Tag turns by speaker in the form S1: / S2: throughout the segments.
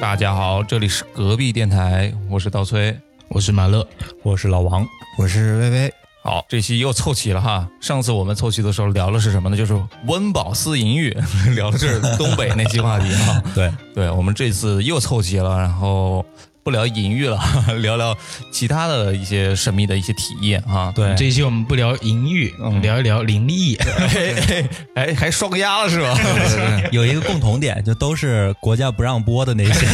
S1: 大家好，这里是隔壁电台，我是稻崔，
S2: 我是马乐，
S3: 我是老王，
S4: 我是薇薇。
S1: 好，这期又凑齐了哈。上次我们凑齐的时候聊的是什么呢？就是温饱思淫欲， 聊的是东北那期话题哈。
S3: 对，
S1: 对，我们这次又凑齐了，然后不聊淫欲了， 聊聊其他的一些神秘的一些体验啊。
S3: 对，
S2: 这一期我们不聊淫欲，我们聊一聊灵异。
S3: 呃
S1: 哎，哎哎还双压了是 吧？
S3: 有一个共同点，就都是国家不让播的那些。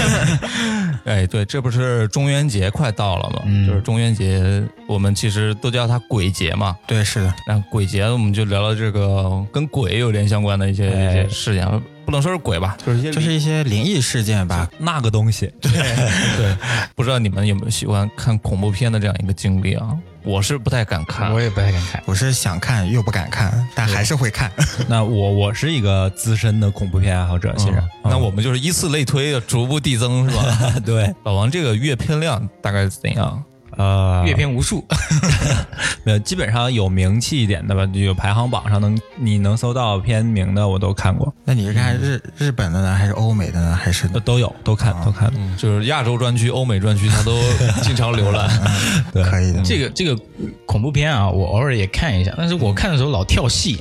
S1: 哎，对，这不是中元节快到了嘛？
S3: 嗯
S1: 就是中元节，我们其实都叫它鬼节嘛。
S4: 对，是的，
S1: 那鬼节，我们就聊聊这个跟鬼有点相关的一些
S3: 哎
S1: 一些事情啊，不能说是鬼吧，就是一些
S4: 就是一些灵异事件吧。
S3: 那个东西，
S1: 对。不知道你们有没有喜欢看恐怖片的这样一个经历啊？我是不太敢看，
S2: 我也不太敢看，
S4: 我是想看又不敢看，但还是会看。
S3: 那我我是一个资深的恐怖片爱好者，其实。
S4: 嗯
S1: 那我们就是依次类推，逐步递增是吧？
S3: 对，
S1: 老王这个阅片量大概是怎样？
S3: 呃，
S2: 阅片无数。
S3: 没有，基本上有名气一点的吧，就有排行榜上能你能搜到片名的，我都看过，
S4: 那你是看日日本的呢，还是欧美的呢，还是
S3: 呃都有，都看，都看。
S1: 嗯，就是亚洲专区、欧美专区，他都 经常浏览。
S3: 对
S4: 嗯可以的？
S2: 这个这个恐怖片啊，我偶尔也看一下，但是我看的时候老跳戏，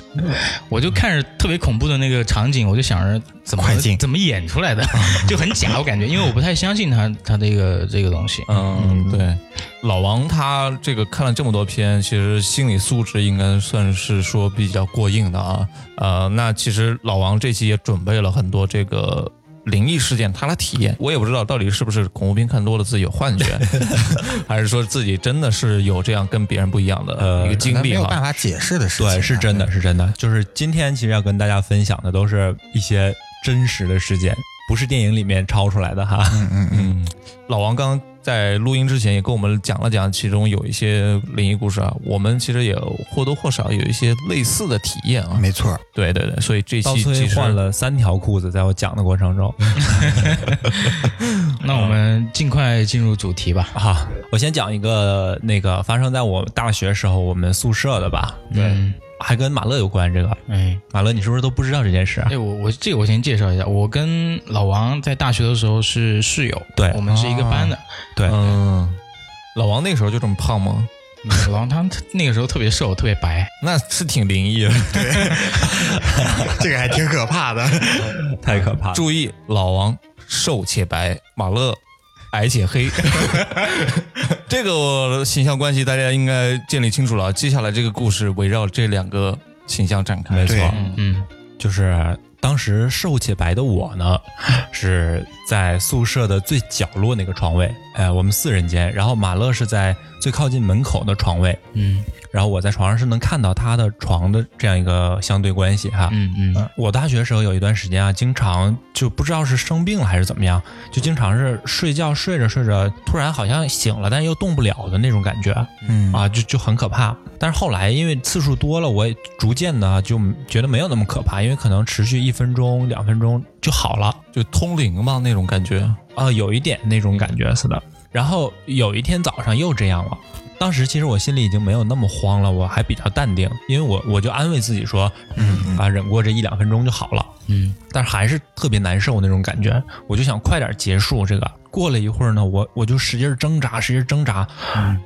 S2: 我就看着特别恐怖的那个场景，我就想着怎么
S4: 快进
S2: 怎么演出来的， 就很假，我感觉，因为我不太相信他他这个这个东西。
S1: 嗯，对，老王他这个看了这么多篇，其实心理素质应该算是说比较过硬的啊。呃，那其实老王这期也准备了很多这个。灵异事件，他来体验，我也不知道到底是不是恐怖片看多了自己有幻 觉，还是说自己真的是有这样跟别人不一样的
S3: 呃
S1: 一个经
S4: 那没
S1: 历啊
S4: 有办
S1: 哈。
S4: 法解释的事情啊。
S3: 对，是真的，是真的。就是今天其实要跟大家分享的都是一些真实的事件，不是电影里面抄出来的哈。
S4: 嗯。嗯嗯
S1: 嗯，老王刚刚在录音之前也跟我们讲了讲其中有一些灵异故事啊，我们其实也或多或少有一些类似的体验啊
S4: 嗯，。没 错。
S1: 对对对，所以这
S3: 刀
S1: 期
S3: 崔
S1: 其实
S3: 换了嗯三条裤子，在我讲的过程中
S2: 那我们尽快进入主题吧。
S3: 啊，我先讲一个那个发生在我大学时候我们宿舍的吧，
S2: 嗯，
S3: 还跟马乐有关。这个
S2: 哎，
S3: 马乐，你是不是都不知道这件事啊？
S2: 哎，我我这个我先介绍一下，我跟老王在大学的时候是室友，
S3: 对
S2: 我们是一个班的。
S3: 对，
S1: 嗯，老王那时候就这么胖吗？
S2: 嗯老王他那个时候特别瘦，特别白，
S1: 那是挺灵异
S3: 啊
S1: 的。
S4: 这个还挺可怕的。
S3: 太可怕了。
S1: 注意，老王瘦且白，马乐矮且黑， 这个形象关系大家应该建立清楚了。接下来这个故事围绕这两个形象展开。
S3: 没错
S4: 对，
S2: 嗯，
S3: 就是当时瘦且白的我呢，是在宿舍的最角落那个床位，哎，我们四人间，然后马乐是在最靠近门口的床位，
S2: 嗯
S3: 然后我在床上是能看到他的床的这样一个相对关系哈。
S2: 嗯嗯，
S3: 我大学时候有一段时间啊，经常就不知道是生病了还是怎么样，就经常是睡觉睡着睡着，突然好像醒了，但又动不了的那种感觉。
S4: 嗯
S3: 啊，就就很可怕。但是后来因为次数多了，我也逐渐的就觉得没有那么可怕，因为可能持续一分钟、两分钟就好了，
S1: 就通灵嘛那种感觉。
S3: 啊，有一点那种感觉似的。然后有一天早上又这样了，当时其实我心里已经没有那么慌了，我还比较淡定，因为我我就安慰自己说，嗯啊，忍过这一两分钟就好了。
S2: 嗯，
S3: 但是还是特别难受那种感觉，我就想快点结束这个。过了一会儿呢，我我就使劲挣扎，使劲挣扎，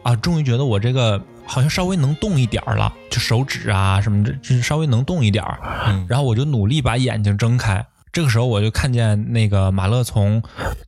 S3: 啊，终于觉得我这个好像稍微能动一点儿了，就手指啊什么的，就是稍微能动一点儿。
S1: 嗯
S3: 然后我就努力把眼睛睁开，这个时候我就看见那个马乐从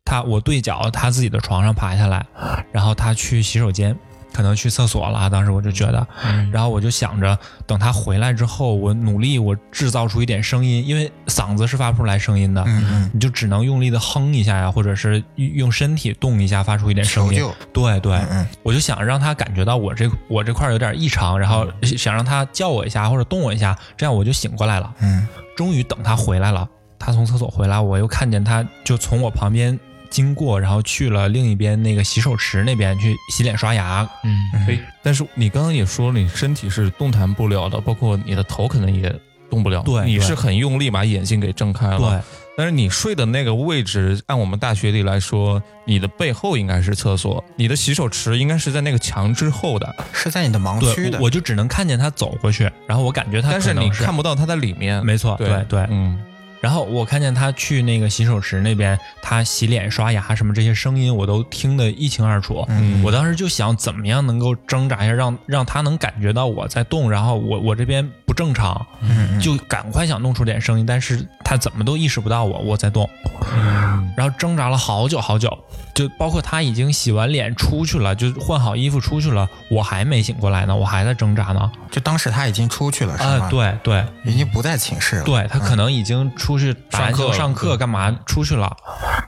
S3: 他我对角他自己的床上爬下来，然后他去洗手间。可能去厕所了啊，当时我就觉得，然后我就想着，等他回来之后，我努力我制造出一点声音，因为嗓子是发不出来声音的，
S4: 嗯
S3: 你就只能用力的哼一下呀，或者是用身体动一下，发出一点声音
S4: 求救。
S3: 对对，
S4: 嗯嗯
S3: 我就想让他感觉到我这我这块儿有点异常，然后
S4: 嗯
S3: 想让他叫我一下或者动我一下，这样我就醒过来了。
S4: 嗯
S3: 终于等他回来了，他从厕所回来，我又看见他就从我旁边经过，然后去了另一边那个洗手池那边去洗脸刷牙。
S2: 嗯
S1: 哎，但是你刚刚也说你身体是动弹不了的，包括你的头可能也动不了。
S3: 对
S1: 你
S3: 对
S1: 是很用力把眼睛给睁开了。
S4: 哦
S3: 对，
S1: 但是你睡的那个位置，按我们大学里来说，你的背后应该是厕所，你的洗手池应该是在那个墙之后的，
S4: 嗯是在你的盲区
S3: 对，
S4: 的
S3: 我。我就只能看见他走过去，然后我感觉他
S1: 但
S3: 可
S1: 是
S3: 能
S1: 你
S3: 是
S1: 看不到它在里面。
S3: 没错，
S1: 对
S3: 对对。
S1: 嗯，
S3: 然后我看见他去那个洗手池那边，他洗脸、刷牙什么这些声音，我都听得一清二楚。
S1: 嗯
S3: 我当时就想，怎么样能够挣扎一下，让让他能感觉到我在动，然后我我这边不正常，
S4: 嗯
S1: 嗯
S3: 就赶快想弄出点声音，但是他怎么都意识不到我我在动，
S1: 嗯
S3: 然后挣扎了好久好久，就包括他已经洗完脸出去了，就换好衣服出去了，我还没醒过来呢，我还在挣扎呢。
S4: 就当时他已经出去了，是
S3: 啊、
S4: 吗？，
S3: 对对
S4: 已经不在寝室了。
S3: 对，他可能已经出去打篮
S1: 上
S3: 球、
S1: 课
S3: 上课干嘛出去了，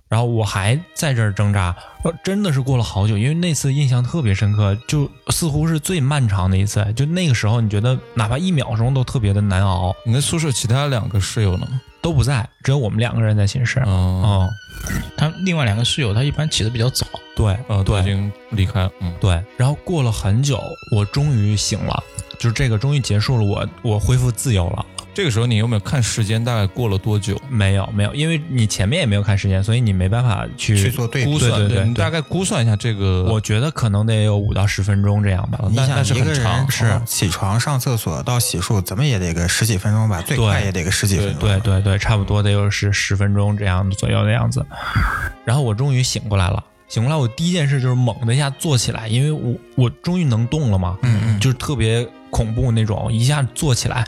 S3: 然后我还在这儿挣扎，呃真的是过了好久，因为那次印象特别深刻，就似乎是最漫长的一次，就那个时候你觉得哪怕一秒钟都特别的难熬，
S1: 你跟宿舍其他两个室友呢？
S3: 都不在，只有我们两个人在寝室。
S1: 哦，
S3: 哦，
S2: 他另外两个室友他一般起得比较早，
S3: 对，
S1: 呃，都已
S3: 对
S1: 经离开了。嗯，
S3: 对，然后过了很久，我终于醒了，就是这个终于结束了，我我恢复自由了。
S1: 这个时候你有没有看时间？大概过了多久？
S3: 没有没有，因为你前面也没有看时间，所以你没办法去
S4: 去做对比
S1: 估
S3: 对
S1: 算，
S3: 对对
S1: 你大
S3: 对。
S1: 概估算一下这个。
S3: 我觉得可能得有五到十分钟这样吧。
S1: 啊
S4: 嗯哦你
S1: 那那
S4: 想
S1: 是
S4: 一个
S1: 很长
S4: 人，从起床、上厕所到洗漱，怎么也得个十几分钟吧，最
S3: 对
S4: 快也得个十几分钟。
S3: 对对对，差不多得有十十分钟这样左右的样子。然后我终于醒过来了，醒过来我第一件事就是猛的一下坐起来，因为我我终于能动了嘛，
S4: 嗯嗯，
S3: 就是特别恐怖那种，一下坐起来，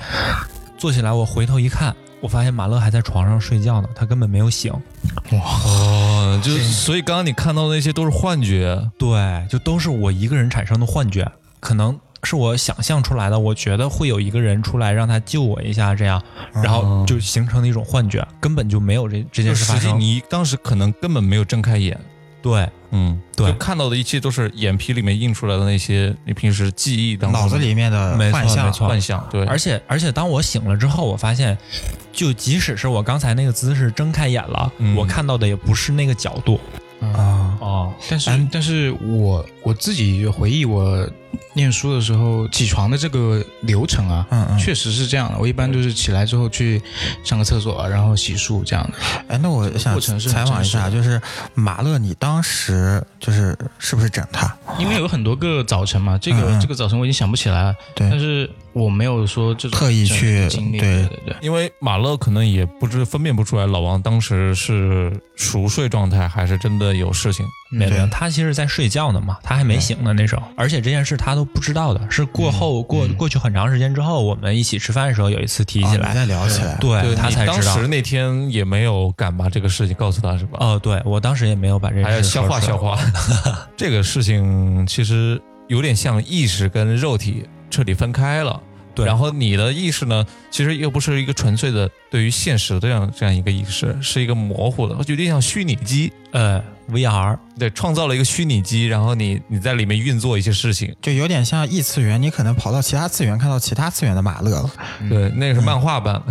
S3: 坐起来我回头一看，我发现马乐还在床上睡觉呢，他根本没有醒。
S1: 哦，就是所以刚刚你看到的那些都是幻觉。
S3: 对，就都是我一个人产生的幻觉，可能是我想象出来的。我觉得会有一个人出来让他救我一下，这样，
S1: 啊
S3: 然后就形成了一种幻觉，根本就没有这
S1: 就
S3: 这件事
S1: 实
S3: 发
S1: 际
S3: 生。
S1: 你当时可能根本没有睁开眼，
S3: 对
S1: 嗯，
S3: 对
S1: 就看到的一切都是眼皮里面映出来的那些你平时记忆当中
S4: 脑子里面的
S3: 没错
S4: 幻
S3: 没
S4: 象，
S3: 错
S1: 幻想，对，
S3: 而且而且当我醒了之后，我发现，就即使是我刚才那个姿势睁开眼了，
S1: 嗯
S3: 我看到的也不是那个角度。
S4: 啊，
S3: 哦，
S2: 但是、但是我我自己回忆我念书的时候起床的这个流程啊，
S4: 嗯嗯。
S2: 确实是这样的。我一般就是起来之后去上个厕所，然后洗漱这样的。
S4: 哎，那我想
S2: 过程是很
S4: 采访一下，
S2: 真
S4: 就是马乐，你当时就是是不是整他？
S2: 因为有很多个早晨嘛，这个、
S4: 嗯嗯
S2: 这个早晨我已经想不起来了，但
S4: 对，
S2: 是我没有说这种
S4: 特意去
S2: 经历，
S4: 对
S2: 对对。
S1: 因为马乐可能也不知分辨不出来老王当时是熟睡状态还是真的有事情。
S3: 没有没有，
S4: 对
S3: 他其实在睡觉呢嘛，他还没醒呢那时候，而且这件事他都不知道的，是过后过
S1: 嗯
S3: 过去很长时间之后，我们一起吃饭的时候有一次提起
S4: 啊
S3: 来
S4: 你，再聊起来。
S3: 对他
S1: 你
S3: 才
S1: 当
S3: 知道。
S1: 时那天也没有敢把这个事情告诉他，是吧？
S3: 哦，对我当时也没有把 这
S1: 还要
S3: 事
S1: 消化
S3: 说出
S1: 消
S3: 来。
S1: 化。 这个事情其实有点像意识跟肉体彻底分开了。
S3: 对
S1: 然后你的意识呢，其实又不是一个纯粹的对于现实的这样这样一个意识，是一个模糊的，有点像虚拟机，
S3: 呃，VR
S1: 对，创造了一个虚拟机，然后你你在里面运作一些事情，
S4: 就有点像异次元，你可能跑到其他次元，看到其他次元的马乐了。
S1: 对，那个是漫画版，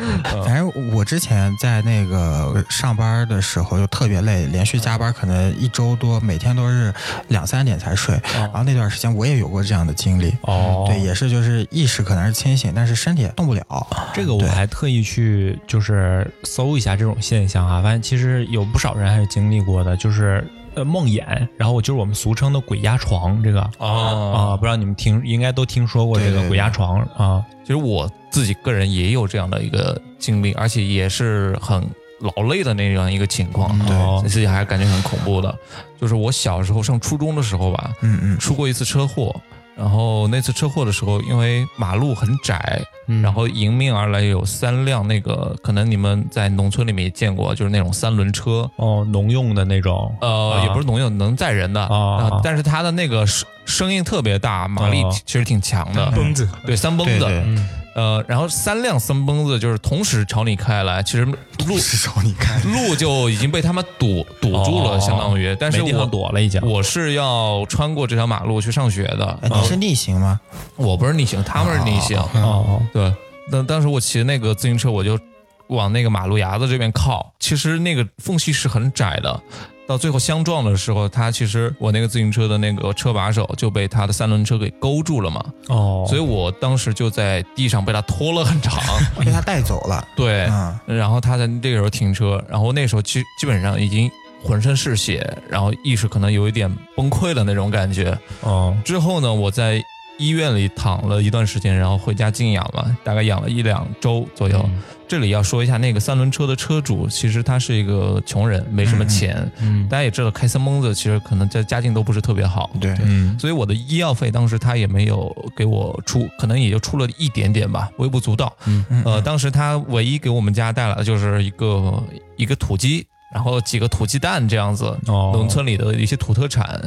S3: 嗯
S4: 反正我之前在那个上班的时候就特别累，连续加班可能一周多，每天都是两三点才睡。然 后那段时间我也有过这样的经历，哦
S3: 哦
S4: 对，也是就是意识可能是清醒，但是身体动不了。
S3: 这个我
S4: 对
S3: 还特意去就是搜一下这种现象啊，发现其实有不少人还是经历过的，就是呃梦魇，然后我就是我们俗称的鬼压床这个啊、
S1: 哦
S3: 不知道你们听应该都听说过这
S4: 对对
S3: 个
S4: 对
S3: 鬼压床啊、
S1: 其实我自己个人也有这样的一个经历，而且也是很劳累的那样一个情况，
S4: 嗯对
S1: 哦，自己还是感觉很恐怖的。就是我小时候上初中的时候吧，
S4: 嗯嗯，
S1: 出过一次车祸，然后那次车祸的时候，因为马路很窄，
S3: 嗯
S1: 然后迎面而来有三辆那个，可能你们在农村里面也见过，就是那种三轮车，
S3: 哦，农用的那种，
S1: 呃，
S3: 啊
S1: 也不是农用，能载人的
S3: 啊
S1: 啊，但是它的那个声声音特别大，马力
S3: 哦嗯
S1: 其实挺强的，
S4: 蹦
S3: 子，
S1: 对，三蹦
S4: 对
S1: 子，
S4: 对，
S3: 嗯，
S1: 呃，然后三辆三蹦子就是同时朝你开来，其实路
S4: 是找你看。
S1: 路就已经被他们堵堵住了，
S3: 哦
S1: 相当于。但是
S3: 没地方
S1: 我
S3: 躲了已经，
S1: 我是要穿过这条马路去上学的 嗯
S4: 哎，，你啊是逆行吗？
S1: 我不是逆行，他们是逆行。
S3: 哦
S1: 对，那当时我骑那个自行车，我就往那个马路牙子这边靠，其实那个缝隙是很窄的。到最后相撞的时候，他其实我那个自行车的那个车把手就被他的三轮车给勾住了嘛，
S3: 哦，
S1: 所以
S3: 以
S1: 我当时就在地上被他拖了很 长。
S4: 被他带走了。
S1: 对，
S4: 嗯，
S1: 然后他在这个时候停车，然后那时候基基本上已经浑身是血，然后意识可能有一点崩溃的那种感觉。
S3: 哦
S1: 之后呢，我在医院里躺了一段时间，然后回家静养嘛，大概养了一两周左
S2: 嗯
S1: 右。这里要说一下，那个三轮车的车主其实他是一个穷人，没什么钱。
S2: 嗯
S1: 大家也知道，开三蹦子其实可能家家境都不是特别好，
S4: 对，
S3: 嗯
S1: 所以我的医药费当时他也没有给我出，可能也就出了一点点吧，微不足道。
S2: 嗯
S1: 呃，当时他唯一给我们家带来的就是一个一个土鸡，然后几个土鸡蛋这样子。
S3: 哦，
S1: 农村里的一些土特产，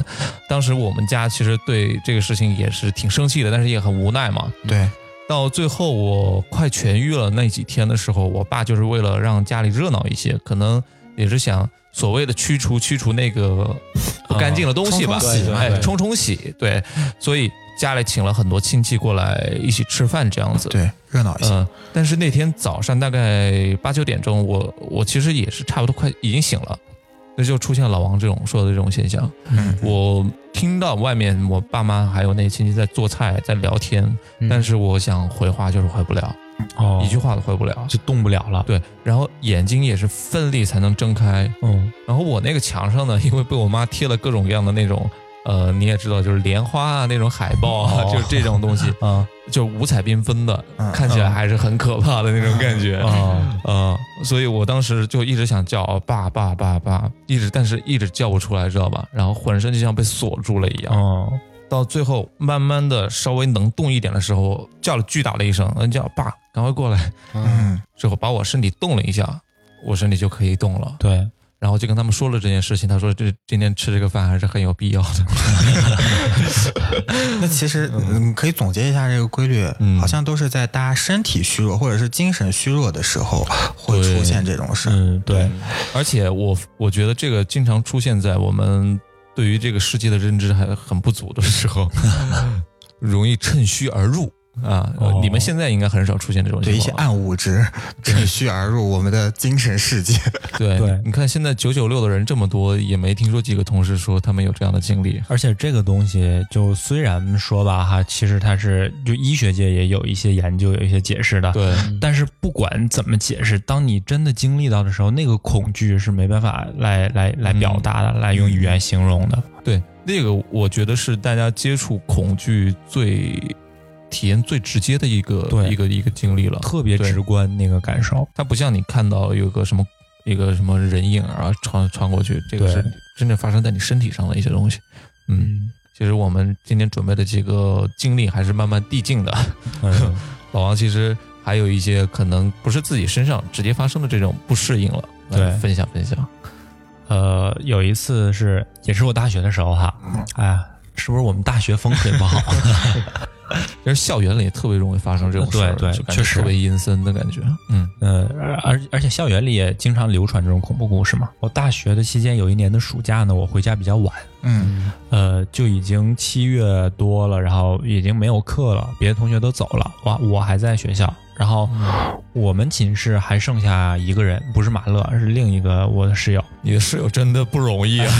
S1: 当时我们家其实对这个事情也是挺生气的，但是也很无奈嘛。
S4: 对，
S1: 到最后我快痊愈了那几天的时候，我爸就是为了让家里热闹一些，可能也是想所谓的驱除驱除那个不干净的东西吧，
S4: 哦
S1: 对
S4: 冲冲洗
S3: 对
S1: 哎，
S3: 对
S1: 冲冲洗，对，所以家里请了很多亲戚过来一起吃饭这样子。
S4: 对，热闹一些。
S1: 嗯，但是那天早上大概八九点钟，我我其实也是差不多快已经醒了，那就出现老王这种说的这种现象。
S4: 嗯，
S1: 我听到外面我爸妈还有那亲戚在做菜在聊天，
S2: 嗯
S1: 但是我想回话就是回不了，
S3: 哦
S1: 一句话都回不了。
S3: 就动不了了。
S1: 对，然后眼睛也是奋力才能睁开。
S3: 嗯，
S1: 然后我那个墙上呢，因 为被我妈贴了各种各样的那种，呃，你也知道，就是莲花啊那种海报啊，
S3: 哦
S1: 就是这种东西，
S3: 啊
S1: 就五彩缤纷的，
S4: 嗯
S1: 看起来还是很可怕的那种感觉。
S3: 啊，
S1: 嗯，所以我当时就一直想叫爸爸爸爸，一直但是一直叫不出来，知道吧？然后浑身就像被锁住了一样。
S3: 哦，
S1: 到最后慢慢的稍微能动一点的时候，叫了巨大的一声，嗯，叫爸，赶快过来。
S4: 嗯
S1: 之后把我身体动了一下，我身体就可以动了。
S3: 对，
S1: 然后就跟他们说了这件事情，他说这今天吃这个饭还是很有必要的。
S4: 那其实嗯，可以总结一下这个规律，
S1: 嗯
S4: 好像都是在大家身体虚弱或者是精神虚弱的时候会
S1: 对
S4: 出现这种事。
S3: 嗯，对，
S1: 而且我我觉得这个经常出现在我们对于这个世界的认知还很不足的时候， 容易趁虚而入啊、
S3: 哦
S1: 你们现在应该很少出现这种
S4: 对啊
S1: 情
S4: 一些
S1: 况吧。
S4: 暗物质趁虚而入我们的精神世界，
S1: 对
S3: 对
S1: 你看现在九九六的人这么多，也没听说几个同事说他们有这样的经历。
S3: 而且这个东西，就虽然说吧哈，其实它是就医学界也有一些研究，有一些解释的。
S1: 对，
S2: 嗯
S3: 但是不管怎么解释，当你真的经历到的时候，那个恐惧是没办法来来来表达
S1: 嗯
S3: 的，来用语言形容的。
S1: 对，那个我觉得是大家接触恐惧最体验最直接的一个
S3: 对
S1: 一个一个经历了，
S3: 特别
S1: 对
S3: 直观那个感受。
S1: 它不像你看到有个什么一个什么人影啊穿穿过去，这个
S3: 对
S1: 是真正发生在你身体上的一些东西。嗯，其实我们今天准备的几个经历还是慢慢递进的。
S3: 嗯，
S1: 老王其实还有一些可能不是自己身上直接发生的这种不适应了，来
S3: 对
S1: 分享分享。
S3: 呃，有一次是也是我大学的时候哈，
S1: 嗯
S3: 哎呀，是不是我们大学风水不 好？
S1: 其实校园里特别容易发生这种事儿，
S3: 对对
S1: 就感觉
S3: 确实
S1: 特别阴森的感觉。嗯，
S3: 呃，而而而且校园里也经常流传这种恐怖故事嘛。我大学的期间有一年的暑假呢，我回家比较晚，
S4: 嗯
S3: 呃，就已经七月多了，然后已经没有课了，别的同学都走了，我我还在学校。然后我们寝室还剩下一个人，不是马乐，是另一个我的室友。
S1: 你的室友真的不容易啊。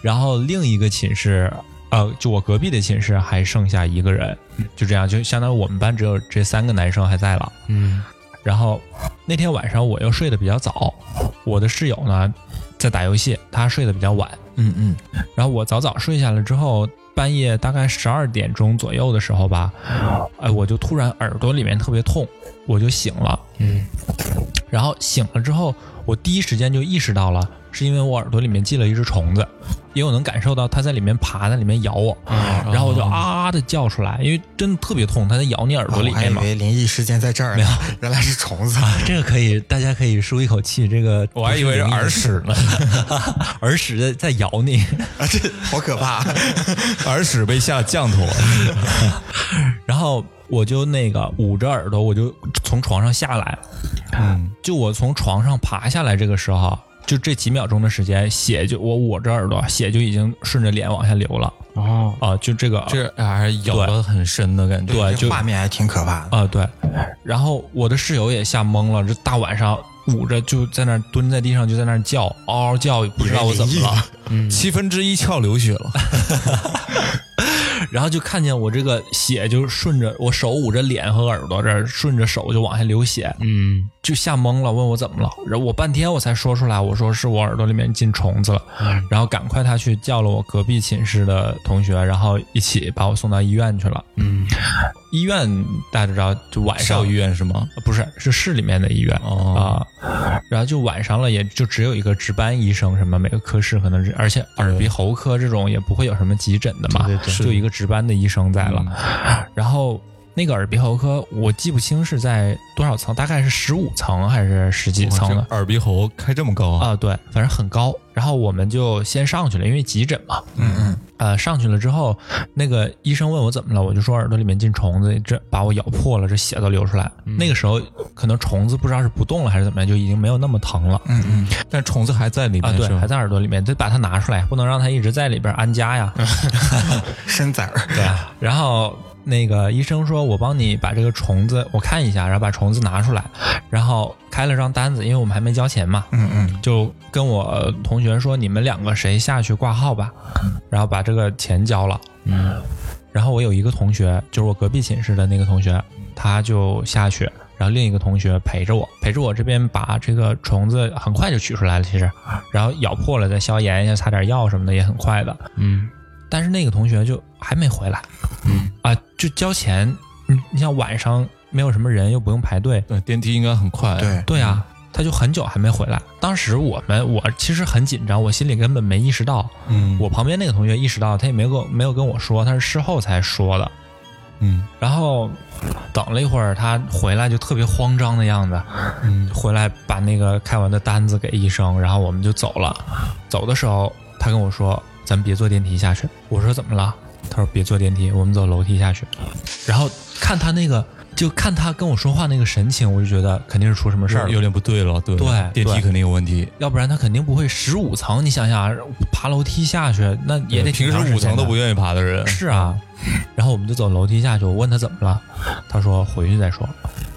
S3: 然后另一个寝室，呃，就我隔壁的寝室还剩下一个人，就这样，就相当于我们班只有这三个男生还在了。
S2: 嗯
S3: 然后那天晚上我又睡得比较早，我的室友呢在打游戏，他睡得比较晚。
S4: 嗯嗯，
S3: 然后我早早睡下了之后，半夜大概十二点钟左右的时候吧，哎，我就突然耳朵里面特别痛，我就醒了。
S2: 嗯
S3: 然后醒了之后，我第一时间就意识到了，是因为我耳朵里面进了一只虫子，因为我能感受到它在里面爬，在里面咬我，
S4: 哦
S3: 然后我就啊啊的叫出来，因为真的特别痛，它在咬你耳朵
S4: 我
S3: 里
S4: 还以
S3: 面
S1: 哎
S3: 嘛。
S4: 为灵异事件在这儿呢，原来是 虫子。
S3: 这个可以，大家可以舒一口气。这个
S1: 我还以为是耳屎呢，
S3: 耳屎在在咬你。
S4: 啊，这好可怕！
S1: 耳屎被下降头了。
S3: 然后我就那个捂着耳朵，我就从床上下来。嗯，就我从床上爬下来这个时候，就这几秒钟的时间，血就我捂着耳朵，血就已经顺着脸往下流了
S2: 哦
S3: 啊！就这个
S1: 这还是咬得很深的感觉。
S3: 对
S4: 这
S3: 就
S4: 画面还挺可怕的。
S3: 啊对，然后我的室友也吓懵了，这大晚上捂着就在那儿蹲在地上就在那儿叫，嗷嗷叫，不知道我怎么了。
S1: 七分之一窍流血了。
S3: 然后就看见我这个血就顺着我手捂着脸和耳朵这儿，顺着手就往下流血，
S2: 嗯，
S3: 就吓懵了，问我怎么了。然后我半天我才说出来，我说是我耳朵里面进虫子了。
S2: 嗯
S3: 然后赶快他去叫了我隔壁寝室的同学，然后一起把我送到医院去了。
S2: 嗯，
S3: 医院大家都知道，就晚上
S1: 校医院是吗？
S3: 呃不是是市里面的医院啊、
S1: 哦
S3: 然后就晚上了，也就只有一个值班医生，什么每个科室可能是，而且耳鼻喉科这种也不会有什么急诊的嘛，
S2: 对对对嗯
S3: 就一个值班的医生在了。然后那个耳鼻喉科我记不清是在多少层，大概是十五层还是十几
S2: 哦
S3: 层
S1: 这
S3: 的，
S1: 啊耳鼻喉开这么高啊？
S3: 啊，对，反正很高。然后我们就先上去了，因为急诊嘛。嗯嗯。呃，上去了之后，那个医生问我怎么了，我就说耳朵里面进虫子，这把我咬破了，这血都流出来。那个时候可能虫子不知道是不动了还是怎么样，就已经没有那么疼了。
S4: 嗯嗯，
S1: 但虫子还在里
S3: 啊，
S1: 面
S3: 对
S1: 是，吧
S3: 还？在耳朵里面，得把它拿出来，不能让它一直在里边安家 呀。
S1: 嗯
S4: 深崽儿，
S3: 对，然后那个医生说，我帮你把这个虫子我看一下，然后把虫子拿出来，然后开了张单子，因为我们还没交钱嘛，
S4: 嗯嗯，
S3: 就跟我呃同学说，你们两个谁下去挂号吧，然后把这个钱交了。
S2: 嗯，
S3: 然后我有一个同学，就是我隔壁寝室的那个同学，他就下去，然后另一个同学陪着我，陪着我这边把这个虫子很快就取出来了，其实，然后咬破了再消炎一下，擦点药什么的也很快的。
S2: 嗯，
S3: 但是那个同学就还没回来，
S2: 嗯
S3: 啊，就交钱，你你像晚上没有什么人，又不用排队，
S1: 对，电梯应该很快。，
S4: 对，
S3: 对啊，他就很久还没回来。当时我们我其实很紧张，我心里根本没意识到，
S1: 嗯，
S3: 我旁边那个同学意识到，他也没跟我没有跟我说，他是事后才说的。
S1: 嗯
S3: 然后等了一会儿，他回来就特别慌张的样子，
S1: 嗯，
S3: 回来把那个开完的单子给医生，然后我们就走了。走的时候，他跟我说：“咱别坐电梯下去。”我说：“怎么了？”他说：“别坐电梯，我们走楼梯下去。”然后看他那个，就看他跟我说话那个神情，我就觉得肯定是出什么事儿
S1: 有
S3: 了。
S1: 点不对了，对
S3: 对
S1: 电梯
S3: 对
S1: 肯定有问题。
S3: 要不然他肯定不会十五层，你想想，爬楼梯下去那也
S1: 对
S3: 得挺
S1: 平
S3: 长
S1: 时
S3: 时
S1: 五
S3: 间
S1: 层
S3: 的
S1: 都不愿意爬的人，
S3: 是啊，然后我们就走楼梯下去。我问他怎么了，他说回去再说，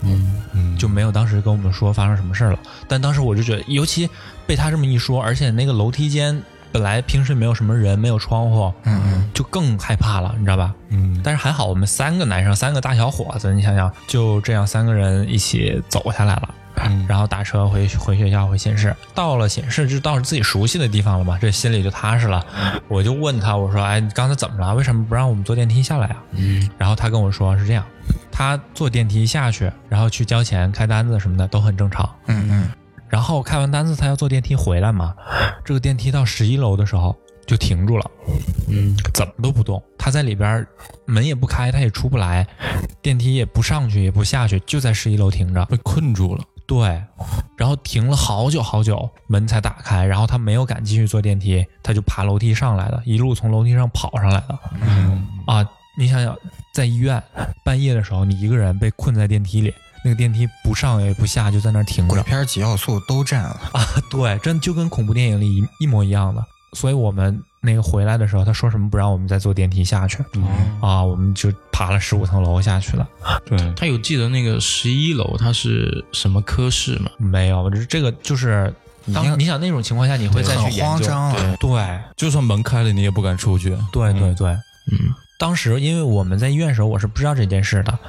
S1: 嗯，
S3: 就没有当时跟我们说发生什么事儿了。但当时我就觉得，尤其被他这么一说，而且那个楼梯间本来平时没有什么人，没有窗户，
S4: 嗯嗯，
S3: 就更害怕了，你知道吧？
S1: 嗯，
S3: 但是还好，我们三个男生，三个大小伙子，你想想，就这样三个人一起走下来了。
S1: 嗯
S3: 然后打车回回学校回寝室，到了寝室就到自己熟悉的地方了嘛，这心里就踏实了。我就问他，我说：“哎，你刚才怎么了？为什么不让我们坐电梯下来啊？”嗯，然后他跟我说是这样，他坐电梯下去，然后去交钱、开单子什么的都很正常。
S4: 嗯嗯，
S3: 然后开完单子，他要坐电梯回来嘛，这个电梯到十一楼的时候就停住了，
S2: 嗯，
S3: 怎么都不动。他在里边儿门也不开，他也出不来，电梯也不上去也不下去，就在十一楼停着。
S1: 被困住了。
S3: 对，然后停了好久好久，门才打开，然后他没有敢继续坐电梯，他就爬楼梯上来的，一路从楼梯上跑上来的。啊，你想想，在医院半夜的时候，你一个人被困在电梯里，那个电梯不上也不下，就在那儿停
S4: 鬼
S3: 着。
S4: 片几要素都占了，
S3: 对，真就跟恐怖电影里一一模一样的。所以我们那个回来的时候，他说什么不让我们再坐电梯下去
S2: 哦
S1: 嗯，
S3: 啊，我们就爬了十五层楼下去了。
S1: 对，
S2: 他有记得那个十一楼它是什么科室吗？
S3: 没有，这这个就是
S4: 已经
S3: 当你想那种情况下，你会再
S4: 很
S3: 去研
S4: 慌
S3: 究。
S4: 张啊了，
S3: 对，
S1: 就算门开了，你也不敢出去。
S3: 对对对，
S2: 嗯，
S3: 当时因为我们在医院的时候，我是不知道这件事的，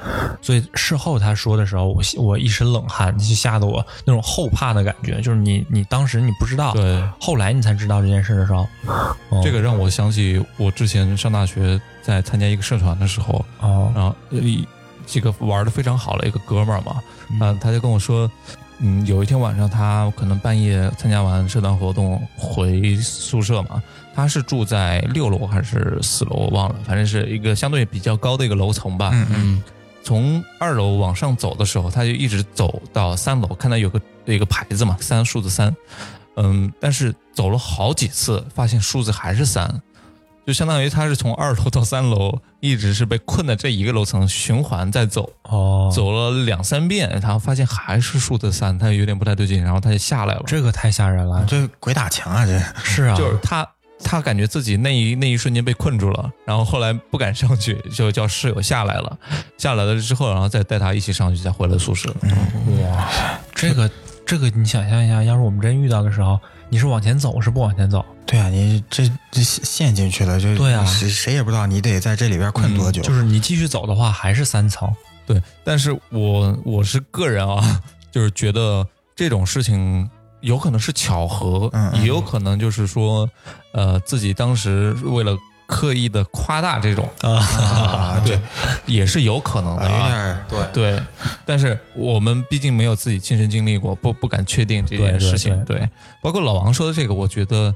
S3: 所以事后他说的时候，我我一身冷汗，就吓得我那种后怕的感觉，就是你你当时你不知道，
S1: 对，
S3: 后来你才知道这件事的时候，哦
S1: 这个让我想起我之前上大学在参加一个社团的时候，
S3: 哦，
S1: 然后一这个玩的非常好的一个哥们儿嘛，嗯、他就跟我说，嗯，有一天晚上他可能半夜参加完社团活动回宿舍嘛，他是住在六楼还是四楼我忘了，反正是一个相对比较高的一个楼层吧。
S4: 嗯嗯
S2: 嗯
S1: 从二楼往上走的时候，他就一直走到三楼，看到有个有一个牌子嘛，三数字三，嗯，但是走了好几次，发现数字还是三，就相当于他是从二楼到三楼，一直是被困在这一个楼层循环在走，
S3: 哦，
S1: 走了两三遍，然后发现还是数字三，他有点不太对劲，然后他就下来了。
S3: 这个太吓人了，
S4: 这鬼打墙啊，这
S3: 是啊，
S1: 就是他，他感觉自己那一那一瞬间被困住了，然后后来不敢上去，就叫室友下来了，下来了之后，然后再带他一起上去，再回了宿舍。
S3: 这个这个你想象一下，要是我们真遇到的时候，你是往前走是不往前走？
S4: 对啊，你这这陷进去了，这
S3: 对啊嗯
S4: 谁谁也不知道你得在这里边困多久。
S3: 就是你继续走的话，还是三层。
S1: 对，但是我我是个人啊， 就是觉得这种事情有可能是巧合，
S4: 嗯嗯
S1: 也有可能就是说，呃，自己当时为了刻意的夸大这种，
S4: 啊，
S1: 对，也是有可能
S4: 啊，
S1: 的、
S4: 有
S1: 啊。
S4: 点对
S1: 对，但是我们毕竟没有自己亲身经历过，不不敢确定这件事情。
S3: 对
S1: 对，包括老王说的这个，我觉得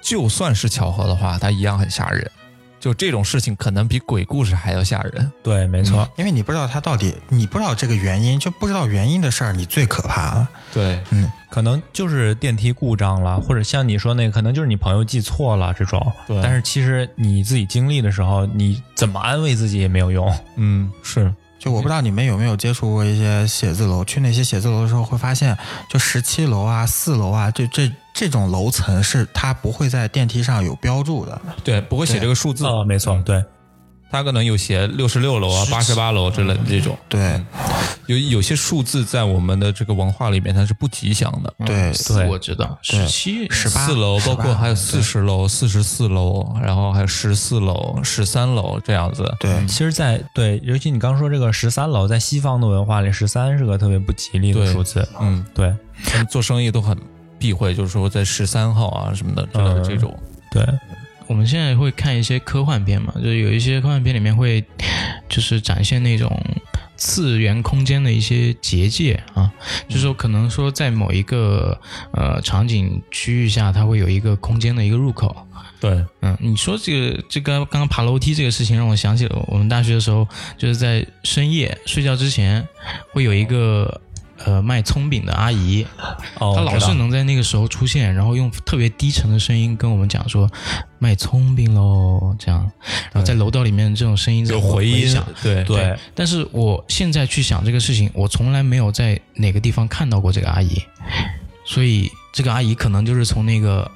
S1: 就算是巧合的话，它一样很吓人。就这种事情，可能比鬼故事还要吓人。
S3: 对，没错。
S4: 因为你不知道他到底，你不知道这个原因，就不知道原因的事儿，你最可怕了。
S1: 对，
S3: 可能就是电梯故障了，或者像你说那个，可能就是你朋友记错了这种。
S1: 对
S3: 但是其实你自己经历的时候，你怎么安慰自己也没有用。
S1: 嗯，是，
S4: 就我不知道你们有没有接触过一些写字楼，去那些写字楼的时候会发现，就十七楼啊、四楼啊，就这这种楼层是它不会在电梯上有标注的。
S1: 对，不会写
S4: 对
S1: 这个数字。
S3: 哦，没错，对，
S1: 它可能有写六十六楼啊、八十八楼之类的这种，
S4: 对
S3: 嗯
S1: 有有些数字在我们的这个文化里面它是不吉祥的。
S2: 嗯
S4: 对，
S2: 四我知道，十七
S4: 十八
S1: 四楼，包括还有
S4: 18
S1: 四十楼、四十四楼，然后还有十四楼、十三楼这样子。
S4: 对
S3: 其实在，对，尤其你刚说这个十三楼，在西方的文化里，十三是个特别不吉利的
S1: 对
S3: 数字。
S1: 嗯，
S3: 对
S1: 他们做生意都很避讳，就是说在十三号啊什么的之类的
S3: 嗯
S1: 这种。
S3: 对，
S2: 我们现在会看一些科幻片嘛，就是有一些科幻片里面会，就是展现那种次元空间的一些结界啊，就是说可能说在某一个呃场景区域下，它会有一个空间的一个入口。
S1: 对，
S2: 嗯，你说这个这个刚刚爬楼梯这个事情，让我想起了我们大学的时候，就是在深夜睡觉之前，会有一个呃卖葱饼的阿姨，
S3: 哦，
S2: 他老
S3: 我知道
S2: 是能在那个时候出现，然后用特别低沉的声音跟我们讲说卖葱饼喽，这样，然后在楼道里面这种声
S1: 有
S2: 音这种
S1: 回音
S2: 响。，
S1: 对
S3: 对
S2: 但是我现在去想这个事情，我从来没有在哪个地方看到过这个阿姨，所以这个阿姨可能就是从那个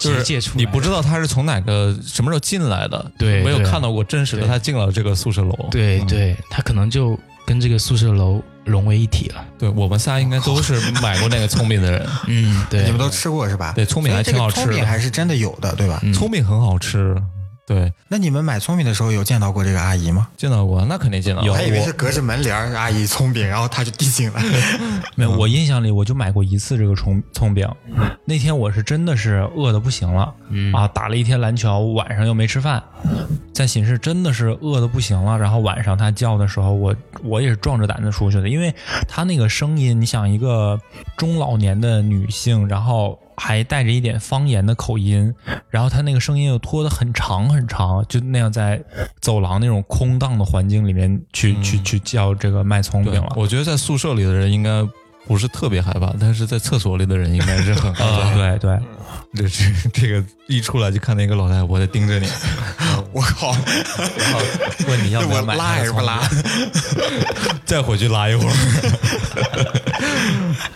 S1: 就
S2: 结界
S1: 是
S2: 出来的，
S1: 你不知道他是从哪个什么时候进来的，
S2: 对
S1: 没有
S2: 对
S1: 看到过真实的
S2: 对
S1: 他进了这个宿舍楼。
S2: 对对，她可能就跟这个宿舍楼融为一体了。
S1: 对，我们仨应该都是买过那个葱饼的人，
S2: 嗯，对
S4: 你们，都吃过是吧？
S1: 对，葱饼还
S4: 所以这
S1: 挺
S4: 个
S1: 好吃
S4: 葱饼
S1: 的，
S4: 还是真的有的，对吧？
S2: 嗯
S1: 葱饼很好吃。对，
S4: 那你们买葱饼的时候有见到过这个阿姨
S3: 哦
S4: 吗？
S1: 见到过，那肯定见到过。
S4: 我还以为是隔着门帘儿阿姨葱饼，然后她就递进 来。
S3: 没有，我印象里我就买过一次这个葱葱饼，那天我是真的是饿的不行了，啊，打了一天篮球，晚上又没吃饭，在寝室真的是饿的不行了。然后晚上他叫的时候，我我也是壮着胆子出去的，因为他那个声音，你想一个中老年的女性，然后还带着一点方言的口音，然后他那个声音又拖得很长很长，就那样在走廊那种空荡的环境里面去、去去叫这个卖葱饼
S1: 对
S3: 了，。
S1: 我觉得在宿舍里的人应该不是特别害怕，但是在厕所里的人应该是很害 怕。
S3: 呃对
S1: 这
S3: 对，
S1: 这这个一出来就看那个老太婆在盯着你，
S4: 我 靠！
S3: 问你要不
S4: 我
S3: 要买？
S4: 拉还是不拉？
S1: 再回去拉一会儿。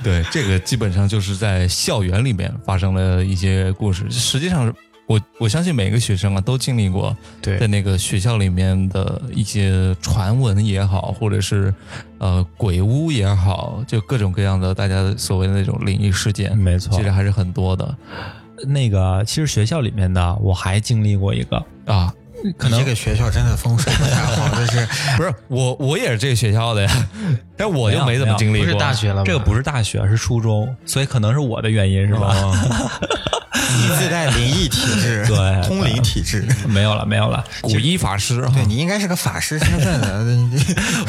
S1: 对，这个基本上就是在校园里面发生了一些故事。实际上是，我我相信每个学生啊都经历过
S2: 对
S1: 在那个学校里面的一些传闻也好，或者是呃鬼屋也好，就各种各样的大家所谓的那种灵异事件，
S3: 没错
S1: 其实还是很多的
S3: 那个其实学校里面的我还经历过一个，
S1: 啊。
S3: 可
S4: 你
S3: 能
S4: 这个学校真的风水不太好，这 是
S1: 不是我，我也是这个学校的 呀，但我就
S3: 没有
S1: 怎么经历
S2: 不
S1: 过。
S2: 是大学了吧，
S3: 这个不是大学，是初中，所以可能是我的原因是吧？
S1: 哦
S4: 你自带灵异体质，
S3: 对嗯
S4: 通灵体质。
S3: 没有了，没有了，
S1: 古一法师啊，
S4: 对你应该是个法师身份 的，你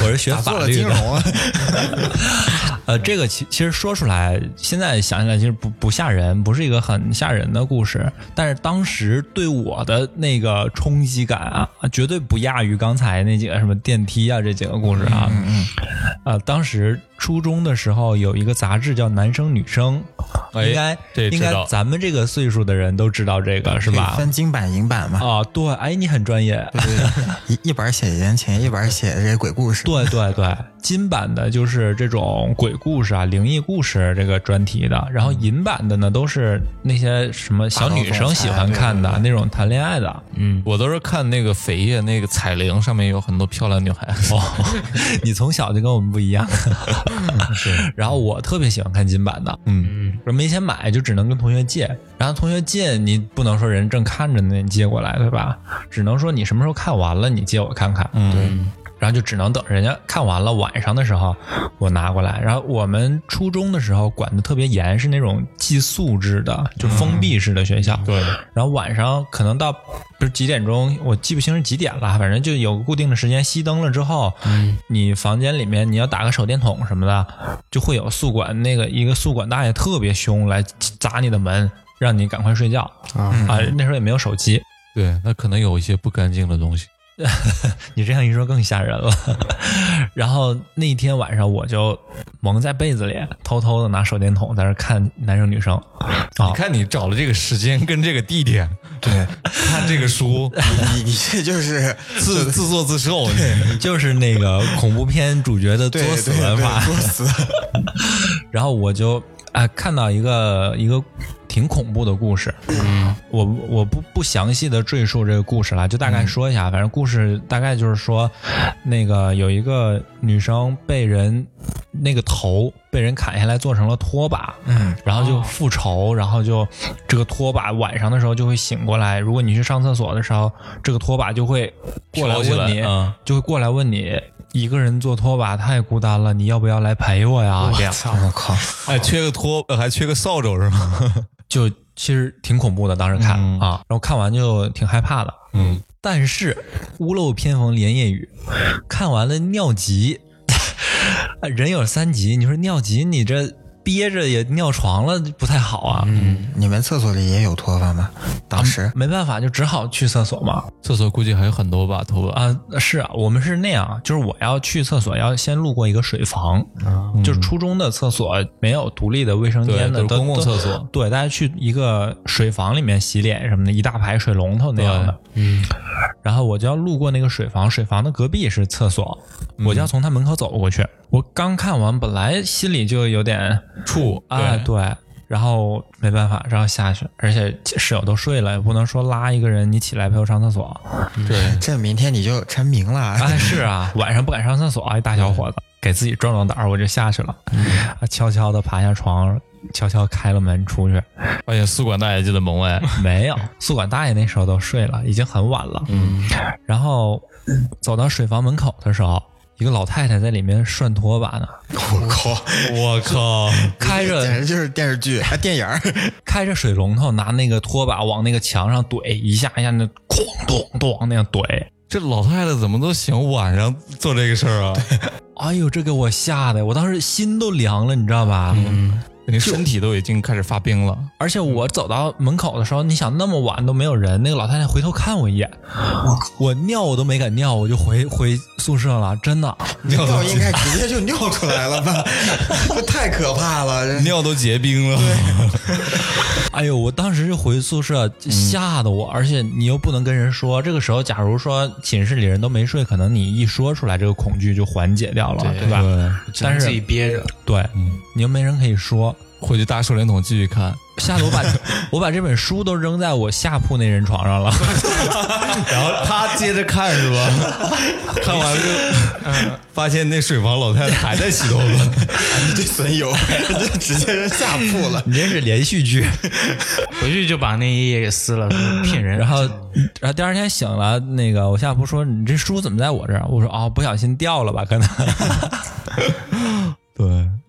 S3: 我是学
S4: 打错
S3: 法
S4: 了
S3: 律
S4: 金
S3: 的。
S4: 融啊。
S3: 呃，这个其其实说出来，现在想起来其实不不吓人，不是一个很吓人的故事，但是当时对我的那个冲击感啊，绝对不亚于刚才那几个什么电梯啊这几个故事啊。嗯呃，当时初中的时候有一个杂志叫《男生女生》，
S1: 哎
S3: 应该
S1: 这
S3: 应
S1: 知道
S3: 该咱们这个岁数的人都知道这 个是吧
S4: 可以？分金版银版嘛。
S3: 啊，对，哎，你很专业，
S4: 对对，对一一本儿写言情，一本儿写这鬼故事。
S3: 对对对，金版的就是这种鬼故事啊、灵异故事这个专题的，然后
S4: 嗯
S3: 银版的呢都是那些什么小女生喜欢看
S4: 霸
S3: 的
S4: 道总裁
S3: 那种谈恋爱 的。
S2: 嗯，
S1: 我都是看那个扉页那个彩铃上面有很多漂亮女孩
S3: 哦
S1: 子，
S3: 你从小就跟我们不一样。
S4: 嗯
S1: 是，
S3: 然后我特别喜欢看金版的，
S1: 嗯，
S3: 没钱买就只能跟同学借，然后同学借你不能说人正看着呢，你借过来对吧？只能说你什么时候看完了你借我看看，
S1: 嗯，
S3: 然后就只能等人家看完了晚上的时候我拿过来。然后我们初中的时候管的特别严，是那种寄宿制的，就封闭式的学校。
S1: 对，
S3: 然后晚上可能到不是几点钟，我记不清是几点了，反正就有固定的时间，熄灯了之后，你房间里面你要打个手电筒什么的，就会有宿管那个一个宿管大爷特别凶来砸你的门，让你赶快睡觉
S4: 啊
S3: 啊。那时候也没有手机，
S1: 对，那可能有一些不干净的东西，
S3: 你这样一说更吓人了。 然后那一天晚上，我就蒙在被子里，偷偷的拿手电筒在那看男生女生。啊
S1: 你，看你找了这个时间跟这个地点，
S4: 对，
S1: 看这个书，
S4: 你你这就是
S1: 自自作自 受，你
S3: 就是那个恐怖片主角 的作
S4: 对对
S3: 死
S4: 对
S3: 玩法。
S4: 作死，
S3: 然后我就啊、看到一个一个挺恐怖的故事，嗯，我我不不详细的赘述这个故事了，就大概说一下，反正故事大概就是说，那个有一个女生被人那个头被人砍下来做成了拖把，
S4: 嗯，
S3: 然后就复仇，然后就这个拖把晚上的时候就会醒过来，如果你去上厕所的时候，这个拖把就会过来
S1: 飘起
S3: 问你，
S1: 嗯，
S3: 就会过来问你。一个人做拖把太孤单了，你要不要来陪我呀？这样，
S4: 我哦靠，
S1: 啊哎，缺个拖，呃还缺个扫帚是吗？
S3: 就其实挺恐怖的，当时看、
S1: 嗯
S3: 啊，然后看完就挺害怕的。
S1: 嗯，
S3: 但是屋漏偏逢连夜雨，看完了尿急， 啊人有三急，你说尿急，你这憋着也尿床了，不太好啊。
S4: 嗯，你们厕所里也有拖发吗？当
S1: 啊
S4: 时
S3: 没办法，就只好去厕所嘛。
S1: 厕所估计还有很多把拖把，
S3: 啊，是啊，我们是那样，就是我要去厕所，要先路过一个水房，就是初中的厕所没有独立的卫生间的，
S1: 嗯对都是公共
S3: 都
S1: 厕所
S3: 对，大家去一个水房里面洗脸什么的，一大排水龙头那样的。
S2: 嗯，
S3: 然后我就要路过那个水房，水房的隔壁是厕所，
S1: 嗯
S3: 我就要从他门口走过去。我刚看完，本来心里就有点
S1: 处哎
S3: 啊，
S1: 对
S3: 对。然后没办法，然后下去，而且室友都睡了，也不能说拉一个人你起来陪我上厕所。
S1: 对，
S4: 这明天你就成名了，
S3: 哎，是啊，晚上不敢上厕所，哎一大小伙子给自己壮壮胆儿，我就下去了，啊悄悄的爬下床，悄悄开了门出去，
S1: 发现宿管大爷就在门外，
S3: 没有，宿管大爷那时候都睡了，已经很晚了。
S2: 嗯，
S3: 然后走到水房门口的时候，一个老太太在里面涮拖把呢，
S4: 我靠，
S1: 我靠，
S3: 开
S4: 简
S3: 着
S4: 直就是电视剧啊，电影儿，
S3: 开着水龙头，拿那个拖把往那个墙上怼，一下一下那哐咚咚那样怼。
S1: 这老太太怎么都行晚上做这个事儿啊？
S3: 哎呦，这给我吓的，我当时心都凉了，你知道吧？
S1: 你身体都已经开始发冰了，
S3: 而且我走到门口的时候，你想那么晚都没有人，那个老太太回头看我一眼，我尿我都没敢尿，我就回回宿舍了，真的。
S1: 尿
S4: 尿
S1: 都
S4: 应该直接就尿出来了 吧？这太可怕了，这
S1: 尿都结冰了，
S3: 哎呦，我当时就回宿舍，
S2: 嗯
S3: 吓得我，而且你又不能跟人说。这个时候，假如说寝室里人都没睡，可能你一说出来，这个恐惧就缓解掉了，对
S2: 对
S3: 吧？
S2: 只能
S3: 但是
S2: 自己嗯憋着，
S3: 对，你又没人可以说。
S1: 回去搭手电筒继续看。
S3: 吓 得我把我把这本书都扔在我下铺那人床 上了。
S1: 然后他接着看是 吧？看完就，发现那水房老太太还在洗头发。
S4: 你这损友，这直接是下铺了。
S3: 你这是连续剧。
S2: 回去就把那一页给撕了，骗人。
S3: 然后，然后第二天醒了，那个我下铺说：“你这书怎么在我这儿？”我说：“哦，不小心掉了吧，可能。
S1: 对，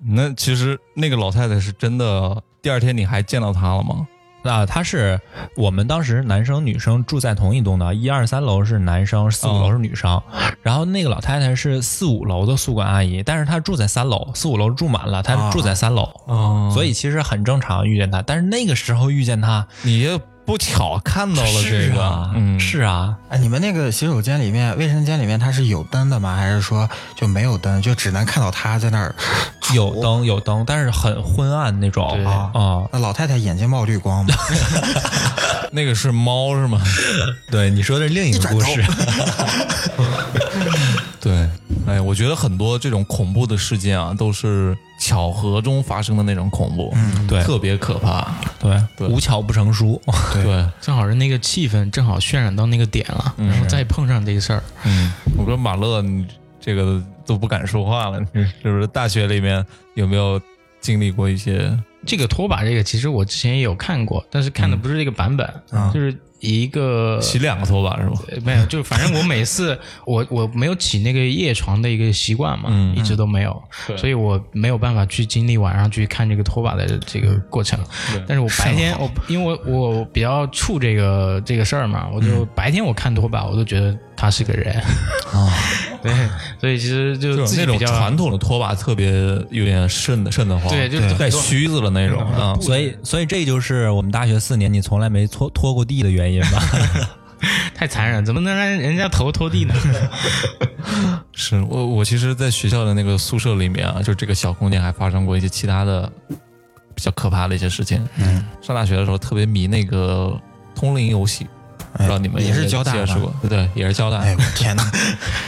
S1: 那其实那个老太太是真的。第二天你还见到她了吗？”
S3: 那他是我们当时男生女生住在同一栋的，一二三楼是男生，四五
S1: 哦
S3: 楼是女生。然后那个老太太是四五楼的宿管阿姨，但是她住在三楼，四五楼住满了，她
S4: 哦
S3: 住在三楼，
S1: 哦
S3: 所以其实很正常遇见她。但是那个时候遇见她，
S1: 你也不巧看到了这
S3: 是
S1: 个，
S3: 啊，
S1: 嗯，
S3: 是啊，
S4: 哎，你们那个洗手间里面、卫生间里面，它是有灯的吗？还是说就没有灯，就只能看到他在那儿？
S3: 有灯有灯，但是很昏暗那种
S2: 对
S3: 啊。
S1: 哦
S3: 啊
S4: 那老太太眼睛冒绿光嘛，
S1: 那个是猫是 吗？
S3: 对，你说的是另一个故
S4: 一
S3: 事。
S1: 对，哎，我觉得很多这种恐怖的事件啊，都是巧合中发生的那种恐怖，
S4: 嗯
S3: 对
S1: 特别可怕。
S3: 对，
S1: 对
S3: 无巧不成书。
S1: 对，
S2: 正好是那个气氛正好渲染到那个点了，
S1: 嗯
S2: 然后再碰上这个事儿，
S1: 嗯，我跟马乐，你这个都不敢说话了，你是不是？大学里面有没有经历过一些？
S2: 这个拖把这个其实我之前也有看过，但是看的不是这个版本，
S1: 啊
S4: 嗯
S2: 就是一个
S1: 洗两个拖把是吗？
S2: 呃没有，就反正我 每次我我没有起那个夜床的一个习惯嘛，
S1: 嗯
S2: 一直都没有，
S1: 对
S2: 所以我没有办法去经历晚上去看这个拖把的这个过程。但是我白天我因为我我比较怵这个这个事儿嘛，我
S1: 嗯
S2: 就白天我看拖把，我都觉得他是个人，
S4: 啊，
S2: 对，所以其实就
S1: 就是
S2: 自己
S1: 那
S2: 比
S1: 种
S2: 较
S1: 传统的拖把特别有点瘆得瘆得慌，
S2: 对就是
S1: 带须子的那种啊。
S3: 所以，所以这就是我们大学四年你从来没拖拖过地的原因吧？
S2: 太残忍，怎么能让人家头拖地呢？
S1: 是我我其实，在学校的那个宿舍里面啊，就这个小空间还发生过一些其他的比较可怕的一些事情。嗯，上大学的时候特别迷那个通灵游戏，不知道你们
S4: 哎也
S1: 有没有
S4: 是交大
S1: 接触
S4: 吗
S1: 过？对，也是交大，
S4: 哎，我天 哪！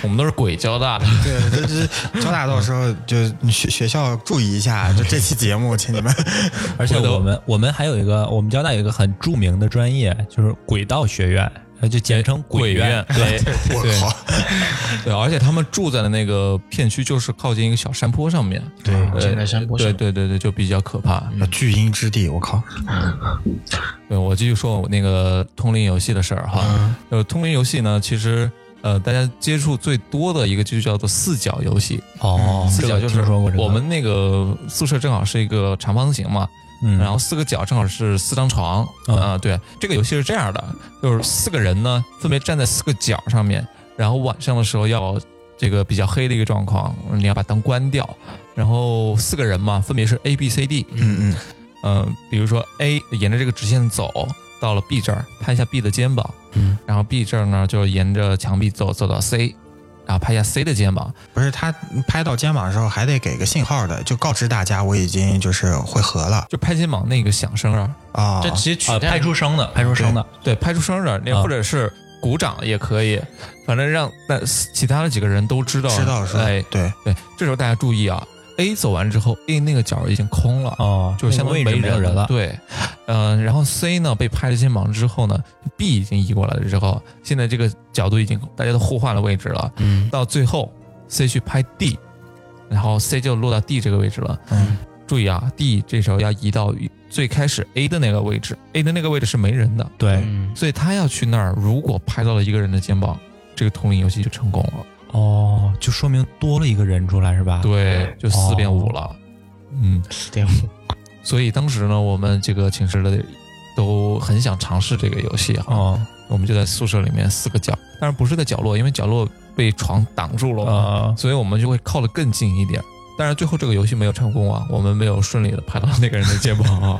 S1: 我们都是鬼交大的。
S4: 对，就是交大到时候就学学校注意一下，就这期节目，请你们
S3: 而且哎我们我们还有一个，我们交大有一个很著名的专业，就是轨道学院，呃就简称
S1: 鬼
S3: 院
S1: 哎院。对
S4: 我靠，
S1: 对，而且他们住在的那个片区就是靠近一个小山坡上面，
S2: 对，站在山坡上
S1: 对，对对对，就比较可怕。
S4: 巨婴之地，我靠，
S1: 对我继续说我那个通灵游戏的事儿哈。
S3: 嗯
S1: 呃，通灵游戏呢，其实呃，大家接触最多的一个就叫做四角游戏。
S3: 哦，
S1: 嗯四
S3: 这
S1: 角
S3: 个
S1: 就是
S3: 听说过这个
S1: 我们那个宿舍正好是一个长方形嘛，
S3: 嗯，
S1: 然后四个角正好是四张床啊、
S3: 嗯
S1: 对，这个游戏是这样的，就是四个人呢分别站在四个角上面，然后晚上的时候要这个比较黑的一个状况，你要把灯关掉，然后四个人嘛分别是 A B C D，
S4: 嗯嗯，
S1: 嗯，比如说 A 沿着这个直线走到了 B 这儿，拍一下 B 的肩膀，
S2: 嗯，
S1: 然后 B 这儿呢就沿着墙壁走走到 C，然后拍一下 C 的肩膀，
S4: 不是他拍到肩膀的时候还得给个信号的，就告知大家我已经就是会合了
S1: 就拍肩膀那个响声啊，
S4: 啊
S2: 这，直接取
S3: 啊，
S2: 代
S3: 拍出声的，拍出声的，
S1: 对，拍出声的，那
S3: 啊
S1: 或者是鼓掌也可以，反正让那其他的几个人都知道，
S4: 知道说
S1: 哎，
S4: 对，
S1: 对，这时候大家注意啊，A 走完之后，A 那个角已经空了，
S3: 哦，
S1: 就是相当于
S3: 那个位置没有
S1: 人
S3: 人了。
S1: 对，嗯、然后 C 呢被拍了肩膀之后呢，B 已经移过来了之后，现在这个角度已经大家都互换了位置了，
S2: 嗯
S1: 到最后 C 去拍 D，然后 C 就落到 D 这个位置了。
S4: 嗯，
S1: 注意啊，D 这时候要移到最开始 A 的那个位置，A 的那个位置是没人的，
S3: 对，
S2: 嗯
S1: 所以他要去那儿，如果拍到了一个人的肩膀，这个通灵游戏就成功了。
S3: 哦，就说明多了一个人出来是吧？，
S1: 对，就四变五
S3: 哦
S1: 了。嗯，
S2: 四点五，
S1: 所以当时呢，我们这个寝室的都很想尝试这个游戏哈，
S3: 哦，
S1: 我们就在宿舍里面四个角，当然不是在角落，因为角落被床挡住了嘛，
S2: 嗯
S3: 呃，
S1: 所以我们就会靠得更近一点。但是最后这个游戏没有成功啊，我们没有顺利的拍到那个人的肩膀啊。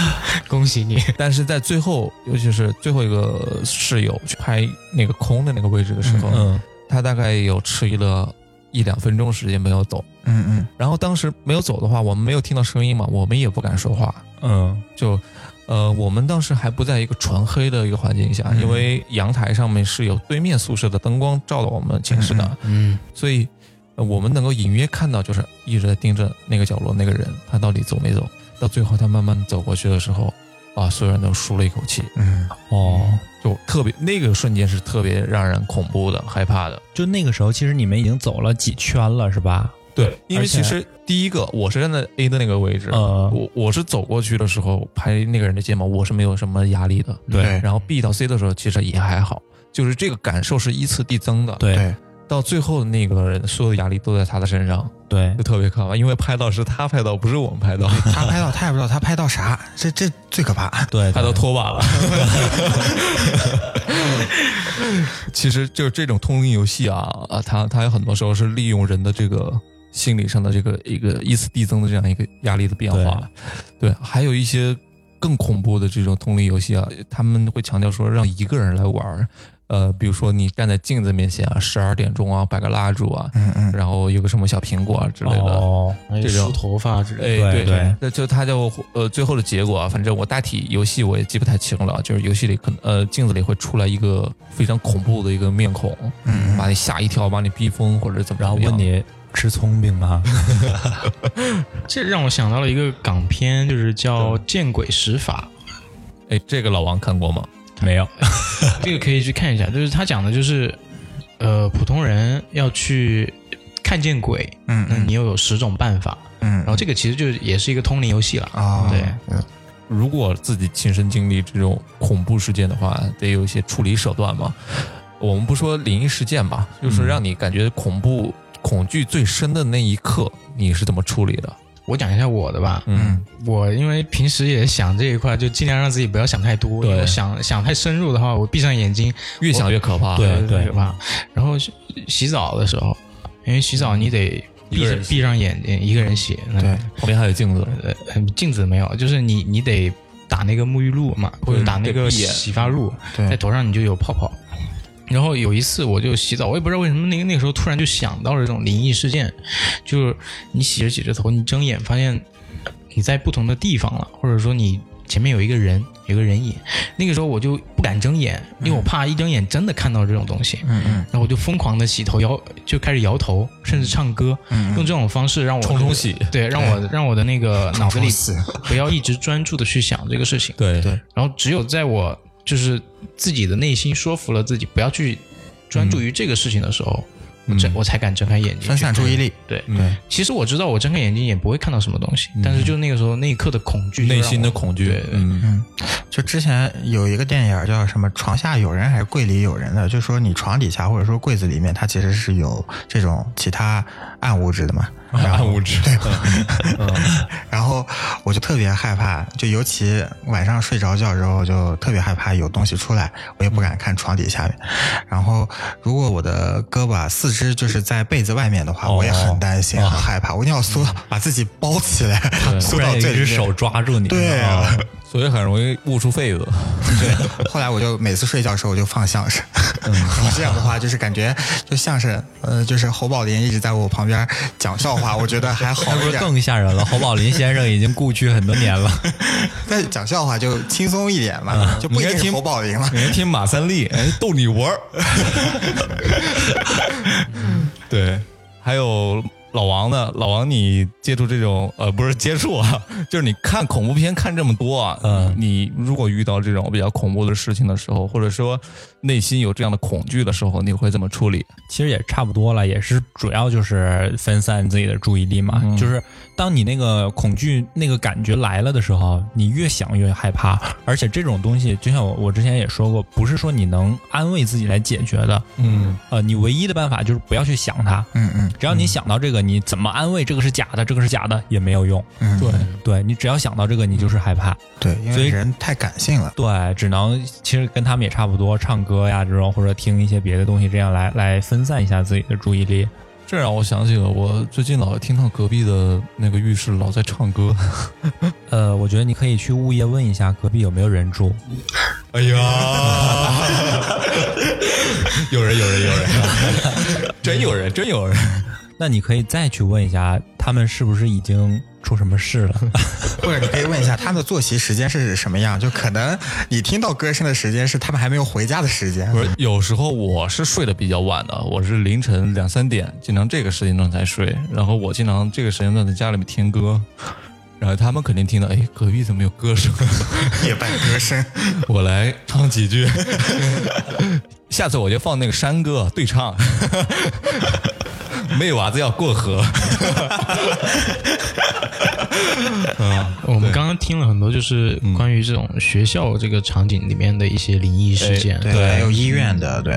S2: 恭喜你，
S1: 但是在最后，尤其是最后一个室友去拍那个空的那个位置的时候，
S3: 嗯，
S1: 他大概有迟疑了一两分钟时间没有走。
S4: 嗯嗯，
S1: 然后当时没有走的话，我们没有听到声音嘛，我们也不敢说话。
S3: 嗯，
S1: 就，呃，我们当时还不在一个纯黑的一个环境下，
S4: 嗯
S1: 因为阳台上面是有对面宿舍的灯光照到我们寝室的，
S2: 嗯
S1: 所以、呃我们能够隐约看到，就是一直在盯着那个角落那个人，他到底走没走。到最后他慢慢走过去的时候，啊，所有人都舒了一口气，
S4: 嗯，
S3: 哦，
S1: 就特别那个瞬间是特别让人恐怖的、害怕的。
S3: 就那个时候，其实你们已经走了几圈了是吧？
S1: 对，因为
S3: 而且
S1: 其实第一个我是站在 A 的那个位置，
S3: 呃，
S1: 我我是走过去的时候拍那个人的肩膀，我是没有什么压力的。
S4: 对
S1: 然后 B 到 C 的时候，其实也还好，就是这个感受是依次递增的。，
S3: 对
S4: 对，
S1: 到最后那个人所有的压力都在他的身上，
S3: 对
S1: 就特别可怕，因为拍到是他拍到，不是我们拍到，
S4: 他拍到他也不知道他拍到啥，这这最可怕，
S3: 对，
S1: 拍到拖把了。 其实就是这种通灵游戏啊啊，它它有很多时候是利用人的这个心理上的这个一个依次递增的这样一个压力的变化，对，还有一些更恐怖的这种通灵游戏啊，他们会强调说让一个人来玩儿，呃，比如说你站在镜子面前啊，十二点钟啊，摆个蜡烛啊，
S4: 嗯嗯，
S1: 然后有个什么小苹果啊之类的，
S3: 哦，
S2: 还有
S1: 这种
S2: 梳头发之类的。
S1: 哎，
S3: 对
S1: 对
S3: 对，
S1: 那就它就呃最后的结果啊，反正我大体游戏我也记不太清了，啊就是游戏里可能呃镜子里会出来一个非常恐怖的一个面孔，
S4: 嗯
S1: 把你吓一跳，把你逼疯或者怎么
S3: 然后
S1: 怎么样
S3: 问你吃葱饼吗？
S2: 这让我想到了一个港片，就是叫《见鬼使法
S1: 哎，这个老王看过吗？
S3: 没有，》，
S2: 这个可以去看一下。就是他讲的就是，呃，普通人要去看见鬼，
S4: 嗯
S2: 那你又有十种办法。
S4: 嗯，
S2: 然后这个其实就是也是一个通灵游戏了。
S4: 啊，
S2: 对，
S1: 如果自己亲身经历这种恐怖事件的话，得有一些处理手段嘛。我们不说灵异事件吧，就是让你感觉恐怖、恐惧最深的那一刻，你是怎么处理的？
S2: 我讲一下我的吧。
S1: 嗯，
S2: 我因为平时也想这一块，就尽量让自己不要想太多。
S1: 对
S2: 因为我想想太深入的话，我闭上眼睛，
S1: 越想越可怕。
S3: 对
S2: 呃可怕。然后洗洗澡的时候，因为洗澡你得
S1: 嗯一
S2: 闭
S1: 个
S2: 着
S1: 人洗
S2: 闭上眼睛，一个人洗。那
S4: 对，
S1: 旁边还有镜子，
S2: 呃，呃镜子没有，就是你你得打那个沐浴露嘛，或者打那
S1: 得
S2: 个
S1: 嗯闭眼嗯
S2: 洗发露，
S4: 对
S2: 在头上你就有泡泡。然后有一次我就洗澡，我也不知道为什么那个那个时候突然就想到了这种灵异事件，就是你洗着洗着头，你睁眼发现你在不同的地方了，或者说你前面有一个人，有个人影。那个时候我就不敢睁眼，因为
S1: 嗯
S2: 我怕一睁眼真的看到这种东西。
S4: 嗯嗯
S2: 然后我就疯狂的洗头摇，就开始摇头，甚至唱歌，
S4: 嗯，
S2: 用这种方式让我
S1: 冲冲洗。
S2: 对，让 我让我的那个脑子里
S4: 死，
S2: 不要一直专注的去想这个事情，
S1: 对
S4: 对
S2: 然后只有在我就是自己的内心说服了自己不要去专注于这个事情的时候，我
S1: 嗯
S2: 睁我才敢睁开眼睛
S4: 嗯分散
S2: 去
S4: 注
S2: 看
S4: 意。力，
S2: 对，
S4: 对，
S2: 其实我知道我睁开眼睛也不会看到什么东西，但是就那个时候那一刻的恐惧就让
S1: 内
S2: 我，
S1: 心的恐惧
S2: 对，对
S1: 嗯，
S4: 嗯，就之前有一个电影叫什么“床下有人”还是“柜里有人”的，就说你床底下或者说柜子里面，它其实是有这种其他暗物质的嘛。然后
S1: 暗 无 知。
S3: 嗯
S4: 然后我就特别害怕，就尤其晚上睡着觉之后，就特别害怕有东西出来，我也不敢看床底下面。然后如果我的胳膊、啊、四肢就是在被子外面的话，
S3: 哦
S4: 我也很担心、
S3: 哦
S4: 很害怕，我一定要缩，把自己包起来，缩
S3: 不
S4: 到
S3: 然有一
S4: 最
S3: 只
S4: 里面
S3: 手抓住你。
S4: 对啊
S3: 哦
S1: 所以很容易悟出痱子。
S4: 对， 后来我就每次睡觉的时候我就放相声， 然后这样的话就是感觉就相声，呃，就是侯宝林一直在我旁边讲笑话，我觉得还好
S3: 那不
S4: 一
S3: 是
S4: 点，
S3: 更吓人了？侯宝林先生已经故去很多年了，
S4: 但讲笑话就轻松一点嘛，就不一定是侯宝林了。
S3: 你听马三 立，哎，逗你玩儿。嗯
S1: 对，还有老王呢，老王你接触这种呃不是接触啊， 就是你看恐怖片看这么多啊，
S3: 嗯
S1: 你如果遇到这种比较恐怖的事情的时候，或者说内心有这样的恐惧的时候，你会怎么处理？
S3: 其实也差不多了，也是主要就是分散自己的注意力嘛。
S1: 嗯
S3: 就是当你那个恐惧那个感觉来了的时候，你越想越害怕，而且这种东西，就像我我之前也说过，不是说你能安慰自己来解决的。
S1: 嗯，
S3: 呃，你唯一的办法就是不要去想它。
S4: 嗯嗯
S3: 只要你想到这个，你怎么安慰这个是假的，这个是假的也没有用。
S4: 嗯，
S3: 对，对你只要想到这个，你就是害怕。
S4: 对，因
S3: 所以
S4: 为人太感性了。
S3: 对，只能其实跟他们也差不多，唱歌呀这种，或者听一些别的东西，这样来来分散一下自己的注意力。
S1: 这让我想起了我最近老听到隔壁的那个浴室老在唱歌。
S3: 呃，我觉得你可以去物业问一下隔壁有没有人住。
S1: 哎呀，有人，有人，有人， 真有人，真有人。
S3: 那你可以再去问一下，他们是不是已经出什么事了？
S4: 或者你可以问一下他们的作息时间是什么样，就可能你听到歌声的时间是他们还没有回家的时间。
S1: 不是，有时候我是睡得比较晚的，我是凌晨两三点，经常这个时间段才睡。然后我经常这个时间段在家里面听歌，然后他们肯定听到，哎，隔壁怎么有歌 声？
S4: 夜半歌声，
S1: 我来唱几句。 下次我就放那个山歌对 唱，妹娃子要过河。
S2: 我们刚刚听了很多，就是
S4: 嗯
S2: 关于这种学校这个场景里面的一些灵异事件，
S4: 对，嗯还有医院的，对，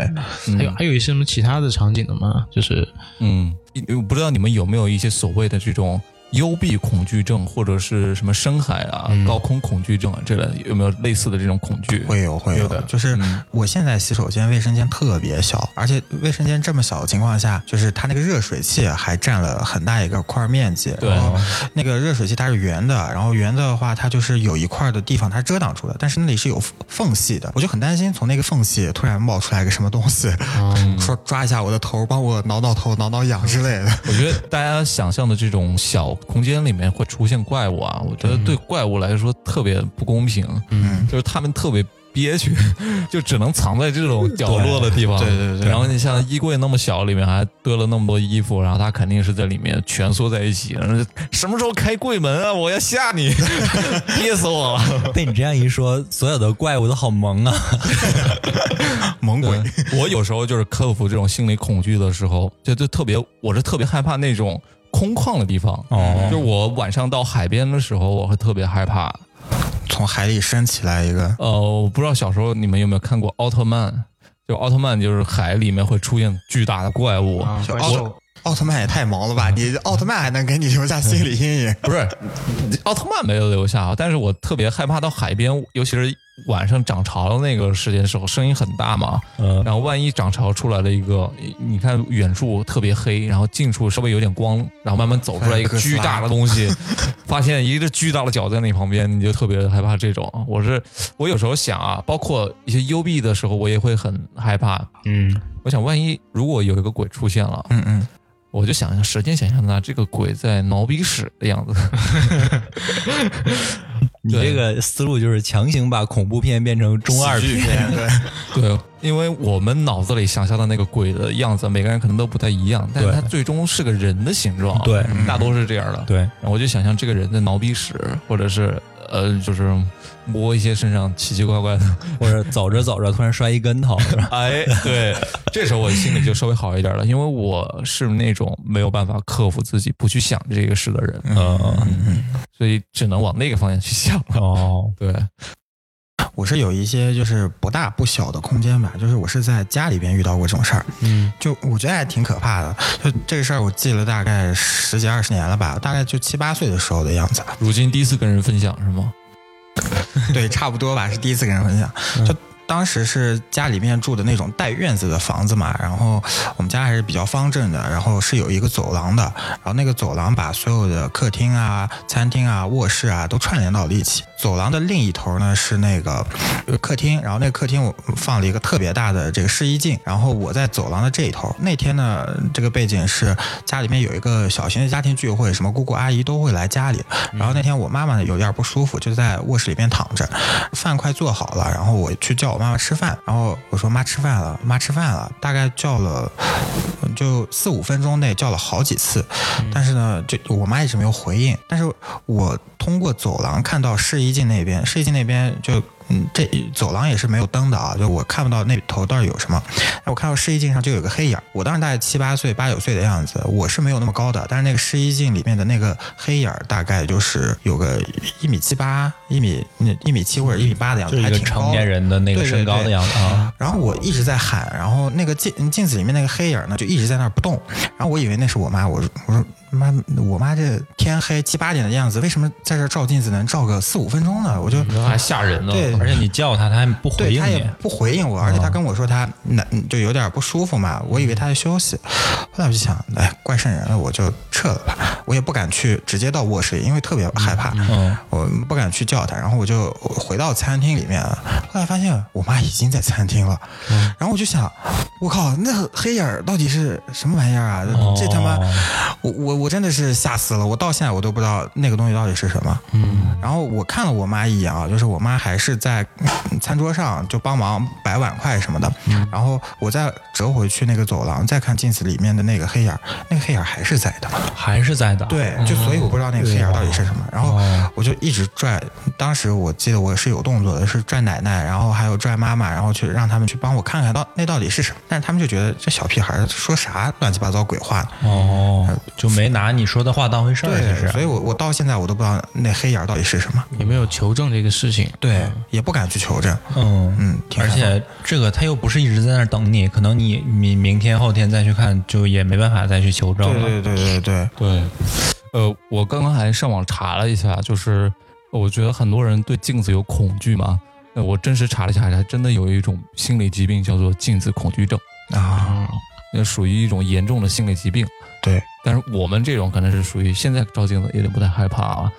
S1: 嗯
S2: 还有还有一些什么其他的场景的吗？就是
S1: 嗯，我不知道你们有没有一些所谓的这种幽闭恐惧症或者是什么深海啊、高空恐惧症啊这类，有没有类似的这种恐惧？
S4: 嗯会有会有嗯
S1: 的
S4: 就是我现在洗手间卫生间特别小，而且卫生间这么小的情况下，就是它那个热水器还占了很大一个块面积。
S1: 对
S4: 然后那个热水器它是圆的，然后圆的话它就是有一块的地方它遮挡住了，但是那里是有缝隙的，我就很担心从那个缝隙突然冒出来个什么东西，
S2: 嗯
S4: 说抓一下我的头，帮我挠挠头、挠挠痒之类的。
S1: 我觉得大家想象的这种小空间里面会出现怪物啊，我觉得对怪物来说特别不公平，
S4: 嗯，
S1: 就是他们特别憋屈， 就只能藏在这种角落的地方。
S4: 对对对对
S1: 然后你像衣柜那么小，里面还堆了那么多衣服，然后它肯定是在里面蜷缩在一起。然后就什么时候开柜门啊？我要吓你， 憋死我了！
S3: 被你这样一说，所有的怪物都好萌啊！
S4: 猛鬼。
S1: 我有时候就是克服这种心理恐惧的时候，就就特别，我是特别害怕那种空旷的地方。
S3: 哦
S1: 就是我晚上到海边的时候，我会特别害怕。
S4: 从海里升起来一个，
S1: 呃，我不知道小时候你们有没有看过奥特曼。就奥特曼就是海里面会出现巨大的怪物，
S2: 啊
S4: 奥特奥特曼也太忙了吧？你奥特曼还能给你留下心理阴 影？
S1: 不是，奥特曼没有留下啊，但是我特别害怕到海边，尤其是晚上涨潮那个时间时候，声音很大嘛。
S3: 嗯，
S1: 然后万一涨潮出来了一个，你看远处特别黑，然后近处稍微有点光，然后慢慢走出来一个巨大的东 西，发现一个巨大的脚在你旁边，你就特别害怕这种。我是我有时候想啊，包括一些幽闭的时候，我也会很害怕。
S2: 嗯，
S1: 我想，万一如果有一个鬼出现了，
S4: 嗯嗯，
S1: 我就想象，时间想象它这个鬼在挠鼻屎的样子。
S3: 你
S1: 对
S3: 这个思路就是强行把恐怖片变成中二
S4: 喜剧
S3: 片，
S4: 片对，
S1: 对，因为我们脑子里想象的那个鬼的样子，每个人可能都不太一样，但是
S3: 对
S1: 它最终是个人的形状，
S3: 对
S1: 嗯大多是这样的。
S3: 对，
S1: 然后我就想象这个人在挠鼻屎，或者是呃，就是摸一些身上奇奇怪怪的。
S3: 或者走着走着突然摔一跟头，是吧
S1: 哎， 对，这时候我心里就稍微好一点了，因为我是那种没有办法克服自己不去想这个事的人，
S3: 嗯，
S1: 所以只能往那个方向去想了。
S3: 哦，
S1: 对，
S4: 我是有一些就是不大不小的空间吧，就是我是在家里边遇到过这种事儿，
S2: 嗯，
S4: 就我觉得还挺可怕的。就这个事儿，我记了大概十几二十年了吧，大概就七八岁的时候的样子。啊
S1: 如今第一次跟人分享是吗？
S4: 对，差不多吧，是第一次跟人分享。就当时是家里面住的那种带院子的房子嘛，然后我们家还是比较方正的，然后是有一个走廊的，然后那个走廊把所有的客厅啊、餐厅啊、卧室啊都串联到了一起。走廊的另一头呢是那个呃客厅，然后那个客厅我放了一个特别大的这个试衣镜，然后我在走廊的这一头。那天呢，这个背景是家里面有一个小型的家庭聚会，什么姑姑阿姨都会来家里，然后那天我妈妈有点不舒服，就在卧室里边躺着，饭快做好了，然后我去叫我妈妈吃饭，然后我说妈吃饭了，妈吃饭了，大概叫了嗯就四五分钟内叫了好几次，
S3: 嗯
S4: 但是呢，就我妈一直没有回应，但是我通过走廊看到试衣镜那边，试衣镜那边就。嗯，这走廊也是没有灯的啊，就我看不到那头到底有什么。哎，我看到试衣镜上就有个黑影儿，我当时大概七八岁、八九岁的样子，我是没有那么高的，但是那个试衣镜里面的那个黑影儿大概就是有个一米七八、一米嗯一米七或者一米八的样
S3: 哦就
S4: 子，
S3: 是一
S4: 还
S3: 个
S4: 挺
S3: 成
S4: 高的
S3: 年。人的那个身高的样子啊，
S4: 然后我一直在喊，然后那个镜镜子里面那个黑影儿呢就一直在那儿不动，然后我以为那是我妈，我说我说妈，我妈这天黑七八点的样子，为什么在这儿照镜子能照个四五分钟呢？我就。
S1: 还吓人呢。
S4: 对
S3: 哦而且你叫他，他还不回
S4: 对
S3: 应
S4: 他也
S3: 你，嗯
S4: 不回应我，而且他跟我说他那嗯就有点不舒服嘛，我以为他在休息，后来我就想，哎，怪瘆人了，我就撤了吧，我也不敢去直接到卧室里，因为特别害怕，
S3: 嗯，
S4: 我不敢去叫他，然后我就回到餐厅里面了，后来发现我妈已经在餐厅了，
S3: 嗯
S4: 然后我就想，我靠，那黑影儿到底是什么玩意儿啊？这他妈
S3: 哦，
S4: 我我我真的是吓死了，我到现在我都不知道那个东西到底是什么。嗯，然后我看了我妈一眼啊，就是我妈还是在嗯餐桌上就帮忙摆碗筷什么的，然后我再折回去那个走廊，再看镜子里面的那个黑影儿，那个黑影儿还是在的。
S3: 还是在的，
S4: 对，嗯啊就所以我不知道那个黑影儿到底是什么。然后
S3: 哦
S4: 我就一直拽，当时我记得我是有动作的，是拽奶奶，然后还有拽妈妈，然后去让他们去帮我看看到那到底是什么。但是他们就觉得这小屁孩儿说啥乱七八糟鬼话呢。
S3: 哦，就没拿你说的话当回事儿，其
S4: 对，所
S3: 实
S4: 以我我到现在我都不知道那黑眼儿到底是什么，
S2: 也没有求证这个事情，
S4: 对，也不敢去求证，
S3: 嗯。
S4: 嗯，挺
S3: 而
S4: 害怕
S3: 且这个他又不是一直在那儿等你，可能你你明天后天再去看，就也没办法再去求证
S4: 对
S3: 了。
S4: 对对对对对，
S1: 对，呃，我刚刚还上网查了一下，就是我觉得很多人对镜子有恐惧嘛。呃，我真实查了一下，还真的有一种心理疾病叫做镜子恐惧症，
S2: 嗯
S4: 啊，
S1: 那属于一种严重的心理疾病。
S4: 对，
S1: 但是我们这种可能是属于现在照镜子有点不太害怕啊。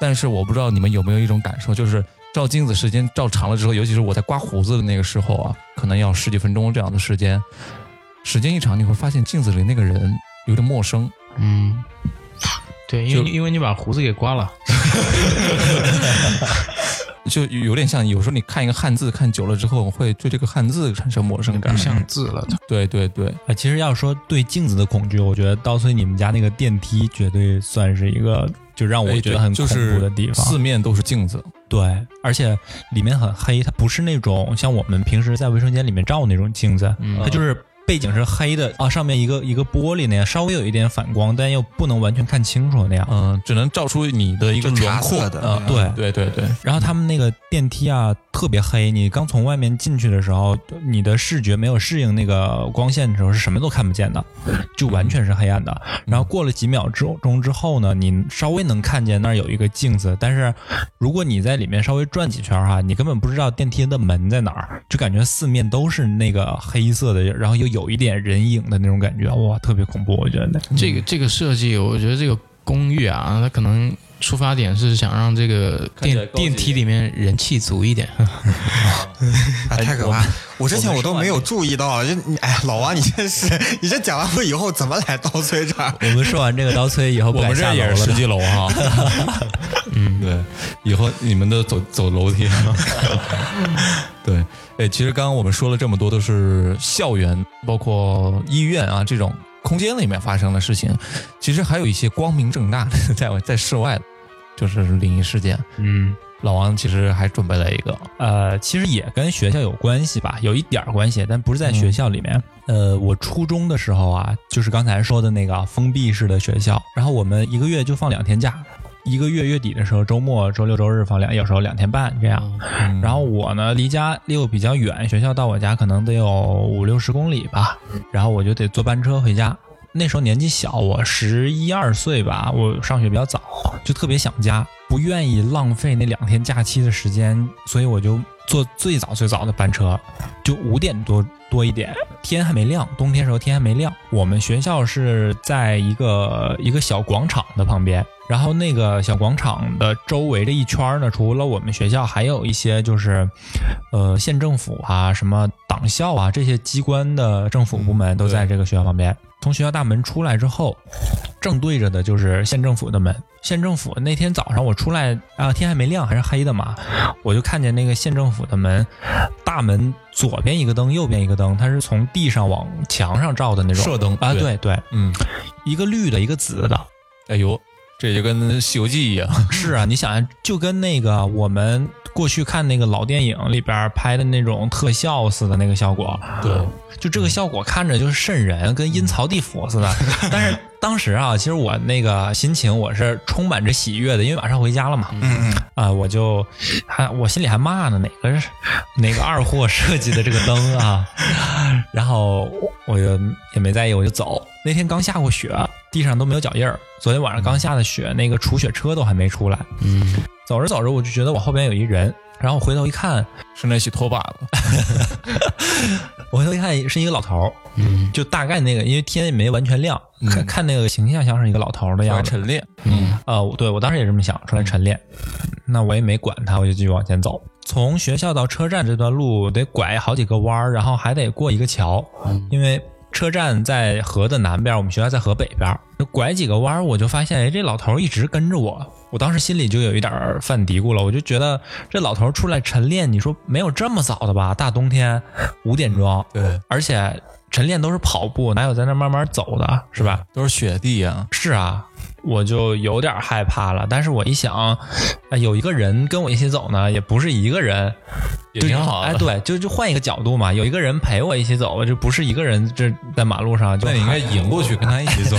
S1: 但是我不知道你们有没有一种感受，就是照镜子时间照长了之后，尤其是我在刮胡子的那个时候啊，可能要十几分钟这样的时间，时间一长，你会发现镜子里那个人有点陌生。
S2: 嗯，对，因
S1: 就
S2: 为因为你把胡子给刮了，
S1: 就有点像，有时候你看一个汉字看久了之后，会对这个汉字产生陌生感
S2: 不。像字了。
S1: 对对对，
S3: 啊，其实要说对镜子的恐惧，我觉得刀崔你们家那个电梯绝对算是一个，就让我
S1: 哎
S3: 觉得
S1: 对
S3: 很
S1: 就
S3: 恐
S1: 是
S3: 怖的地方。
S1: 四面都是镜子。
S3: 对，而且里面很黑，它不是那种像我们平时在卫生间里面照那种镜子，
S2: 嗯
S3: 它就是背景是黑的啊，上面一个一个玻璃那样，稍微有一点反光，但又不能完全看清楚那样。呃
S1: 嗯、只能照出你的一个
S4: 就
S1: 轮
S4: 茶
S1: 廓
S4: 色的
S1: 嗯
S4: 那
S3: 对
S4: 个，
S1: 对对对，
S3: 然后他们那个电梯啊特别黑，你刚从外面进去的时候，你的视觉没有适应那个光线的时候，是什么都看不见的，就完全是黑暗的。然后过了几秒之钟之后呢，你稍微能看见那儿有一个镜子，但是如果你在里面稍微转几圈儿哈、你根本不知道电梯的门在哪儿，就感觉四面都是那个黑色的，然后又有一点人影的那种感觉，哇，特别恐怖，我觉得。
S2: 这个这个设计，我觉得这个公寓啊，它可能出发点是想让这个
S1: 看起来
S2: 电
S1: 高级一点
S2: 电梯里面人气足一点。
S4: 啊，太可怕！我之前
S1: 我们
S4: 我都没有
S1: 说完
S4: 注意到，就你哎，老王，你真是，你这讲完我以后怎么来刀崔这儿？
S3: 我们说完这个刀崔以后，
S1: 我们这也是十几楼哈、
S2: 嗯，
S1: 对，以后你们都走走楼梯。 对，哎，其实刚刚我们说了这么多，都是校园，包括医院啊这种空间里面发生的事情。其实还有一些光明正大的在在室外的，就是灵异事件。
S2: 嗯，
S1: 老王其实还准备了一个，
S3: 呃，其实也跟学校有关系吧，有一点儿关系，但不是在学校里面。呃，我初中的时候啊，就是刚才说的那个封闭式的学校，然后我们一个月就放两天假，一个月月底的时候，周末、周六、周日放两，有时候两天半这
S2: 啊
S3: 样。
S1: 嗯
S3: 然后我呢，离家离我比较远，学校到我家可能得有五六十公里吧，然后我就得坐班车回家。那时候年纪小，我十一二岁吧，我上学比较早，就特别想家，不愿意浪费那两天假期的时间，所以我就坐最早最早的班车，就五点多多一点，天还没亮，冬天时候天还没亮。我们学校是在一个一个小广场的旁边，然后那个小广场的周围这一圈儿呢，除了我们学校，还有一些就是，呃，县政府啊、什么党校啊这些机关的政府部门都在这个学校旁边。从学校大门出来之后，正对着的就是县政府的门。县政府那天早上我出来啊，天还没亮，还是黑的嘛，我就看见那个县政府的门，大门左边一个灯，右边一个灯，它是从地上往墙上照的那种
S1: 射灯
S3: 啊，对对，
S1: 嗯，
S3: 一个绿的，一个紫的。
S1: 哎呦，这就跟《西游记》一样，
S3: 是啊，你想啊，就跟那个我们过去看那个老电影里边拍的那种特效似的那个效果，
S1: 对，
S3: 就这个效果看着就是瘆人，跟阴曹地府似的。但是当时啊，其实我那个心情我是充满着喜悦的，因为马上回家了嘛。
S4: 嗯嗯，
S3: 啊、我就还我心里还骂呢，哪个是哪个二货设计的这个灯啊？然后我就也没在意，我就走。那天刚下过雪，地上都没有脚印儿。昨天晚上刚下的雪，那个除雪车都还没出来。
S2: 嗯，
S3: 走着走着，我就觉得我后边有一人，然后我回头一看，
S1: 是那洗拖把子。
S3: 我回头一看是一个老头儿，
S2: 嗯
S3: 就大概那个，因为天也没完全亮，看看那个形象像是一个老头儿的
S1: 比较
S3: 样子。
S1: 陈列，
S2: 嗯
S3: 呃，我对我当时也这么想，出来晨练，那我也没管他，我就继续往前走。从学校到车站这段路得拐好几个弯儿，然后还得过一个桥，因为车站在河的南边，我们学校在河北边。拐几个弯儿，我就发现，哎，这老头儿一直跟着我。我当时心里就有一点儿犯嘀咕了，我就觉得这老头儿出来晨练，你说没有这么早的吧？大冬天五点钟，
S1: 对，
S3: 而且晨练都是跑步，哪有在那慢慢走的，是吧？
S1: 都是雪地啊。
S3: 是啊，我就有点害怕了。但是我一想，哎，有一个人跟我一起走呢，也不是一个人，
S1: 也
S3: 就
S1: 挺好的
S3: 哎，对，就就换一个角度嘛，有一个人陪我一起走，就不是一个人这在马路上就。
S1: 那你应该引过去跟他一起 走，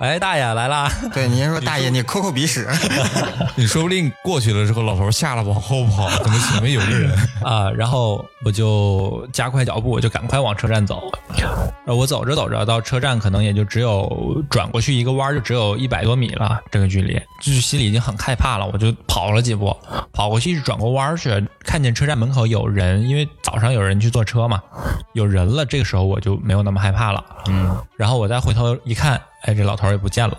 S3: 哎，大爷来啦！
S4: 嗯对，您说大爷，你抠抠鼻屎，
S1: 你说不定过去了之后，老头吓了往后跑，怎么前面有个人？
S3: 啊，然后我就加快脚步，我就赶快往车站走。呃，我走着走着到车站，可能也就只有转过去一个弯儿，就只有一百多米了，这个距离，就是心里已经很害怕了。我就跑了几步，跑过去转过弯儿去，看见车站门口有人，因为早上有人去坐车嘛，有人了。这个时候我就没有那么害怕了。嗯，然后我再回头一看，哎，这老头儿也不见了，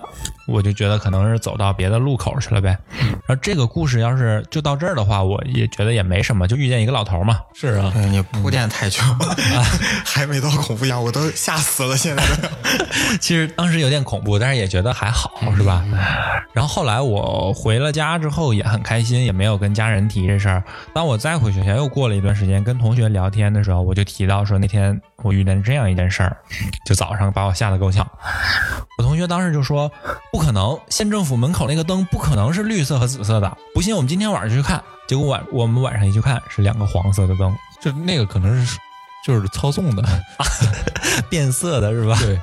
S3: 我就觉得可能是走到别的路口去了呗。然后这个故事要是就到这儿的话，我也觉得也没什么，就遇见一个老头儿嘛。
S1: 是啊，
S4: 嗯，你铺垫太久了， 还没到恐怖呀，我都吓死了。现在都
S3: 其实当时有点恐怖，但是也觉得还好，是吧？ 然后后来我回了家之后也很开心，也没有跟家人提这事儿。当我再回学校又过了一段时间，跟同学聊天的时候，我就提到说那天我遇见这样一件事儿， 就早上把我吓得够呛。我同学当时就说：“不可能，县政府门口那个灯不可能是绿色和紫色的，不信我们今天晚上就去看。”结果晚我们晚上一去看，是两个黄色的灯，
S1: 就那个可能是就是操纵的，
S3: 变色的 是吧？
S1: 对，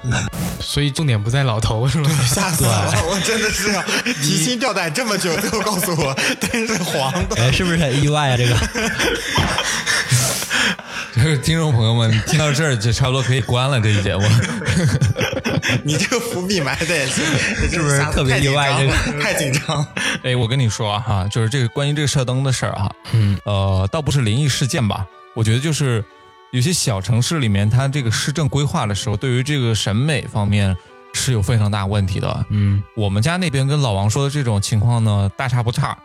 S2: 所以重点不在老头是吧？
S4: 吓死了，我真的是要提心吊胆这么久，最后告诉我灯是黄的。
S3: 哎，是不是很意外啊？这个。
S1: 就是听众朋友们听到这儿就差不多可以关了这一节目。
S4: 你这个伏笔埋的也 是，也是不
S3: 是特别意外这
S4: 太紧张了，
S1: 哎，我跟你说啊哈、就是这个关于这个射灯的事儿、哈，
S2: 嗯，
S1: 呃，倒不是灵异事件吧，我觉得就是有些小城市里面，它这个市政规划的时候，对于这个审美方面是有非常大问题的。
S2: 嗯
S1: 我们家那边跟老王说的这种情况呢，大差不差。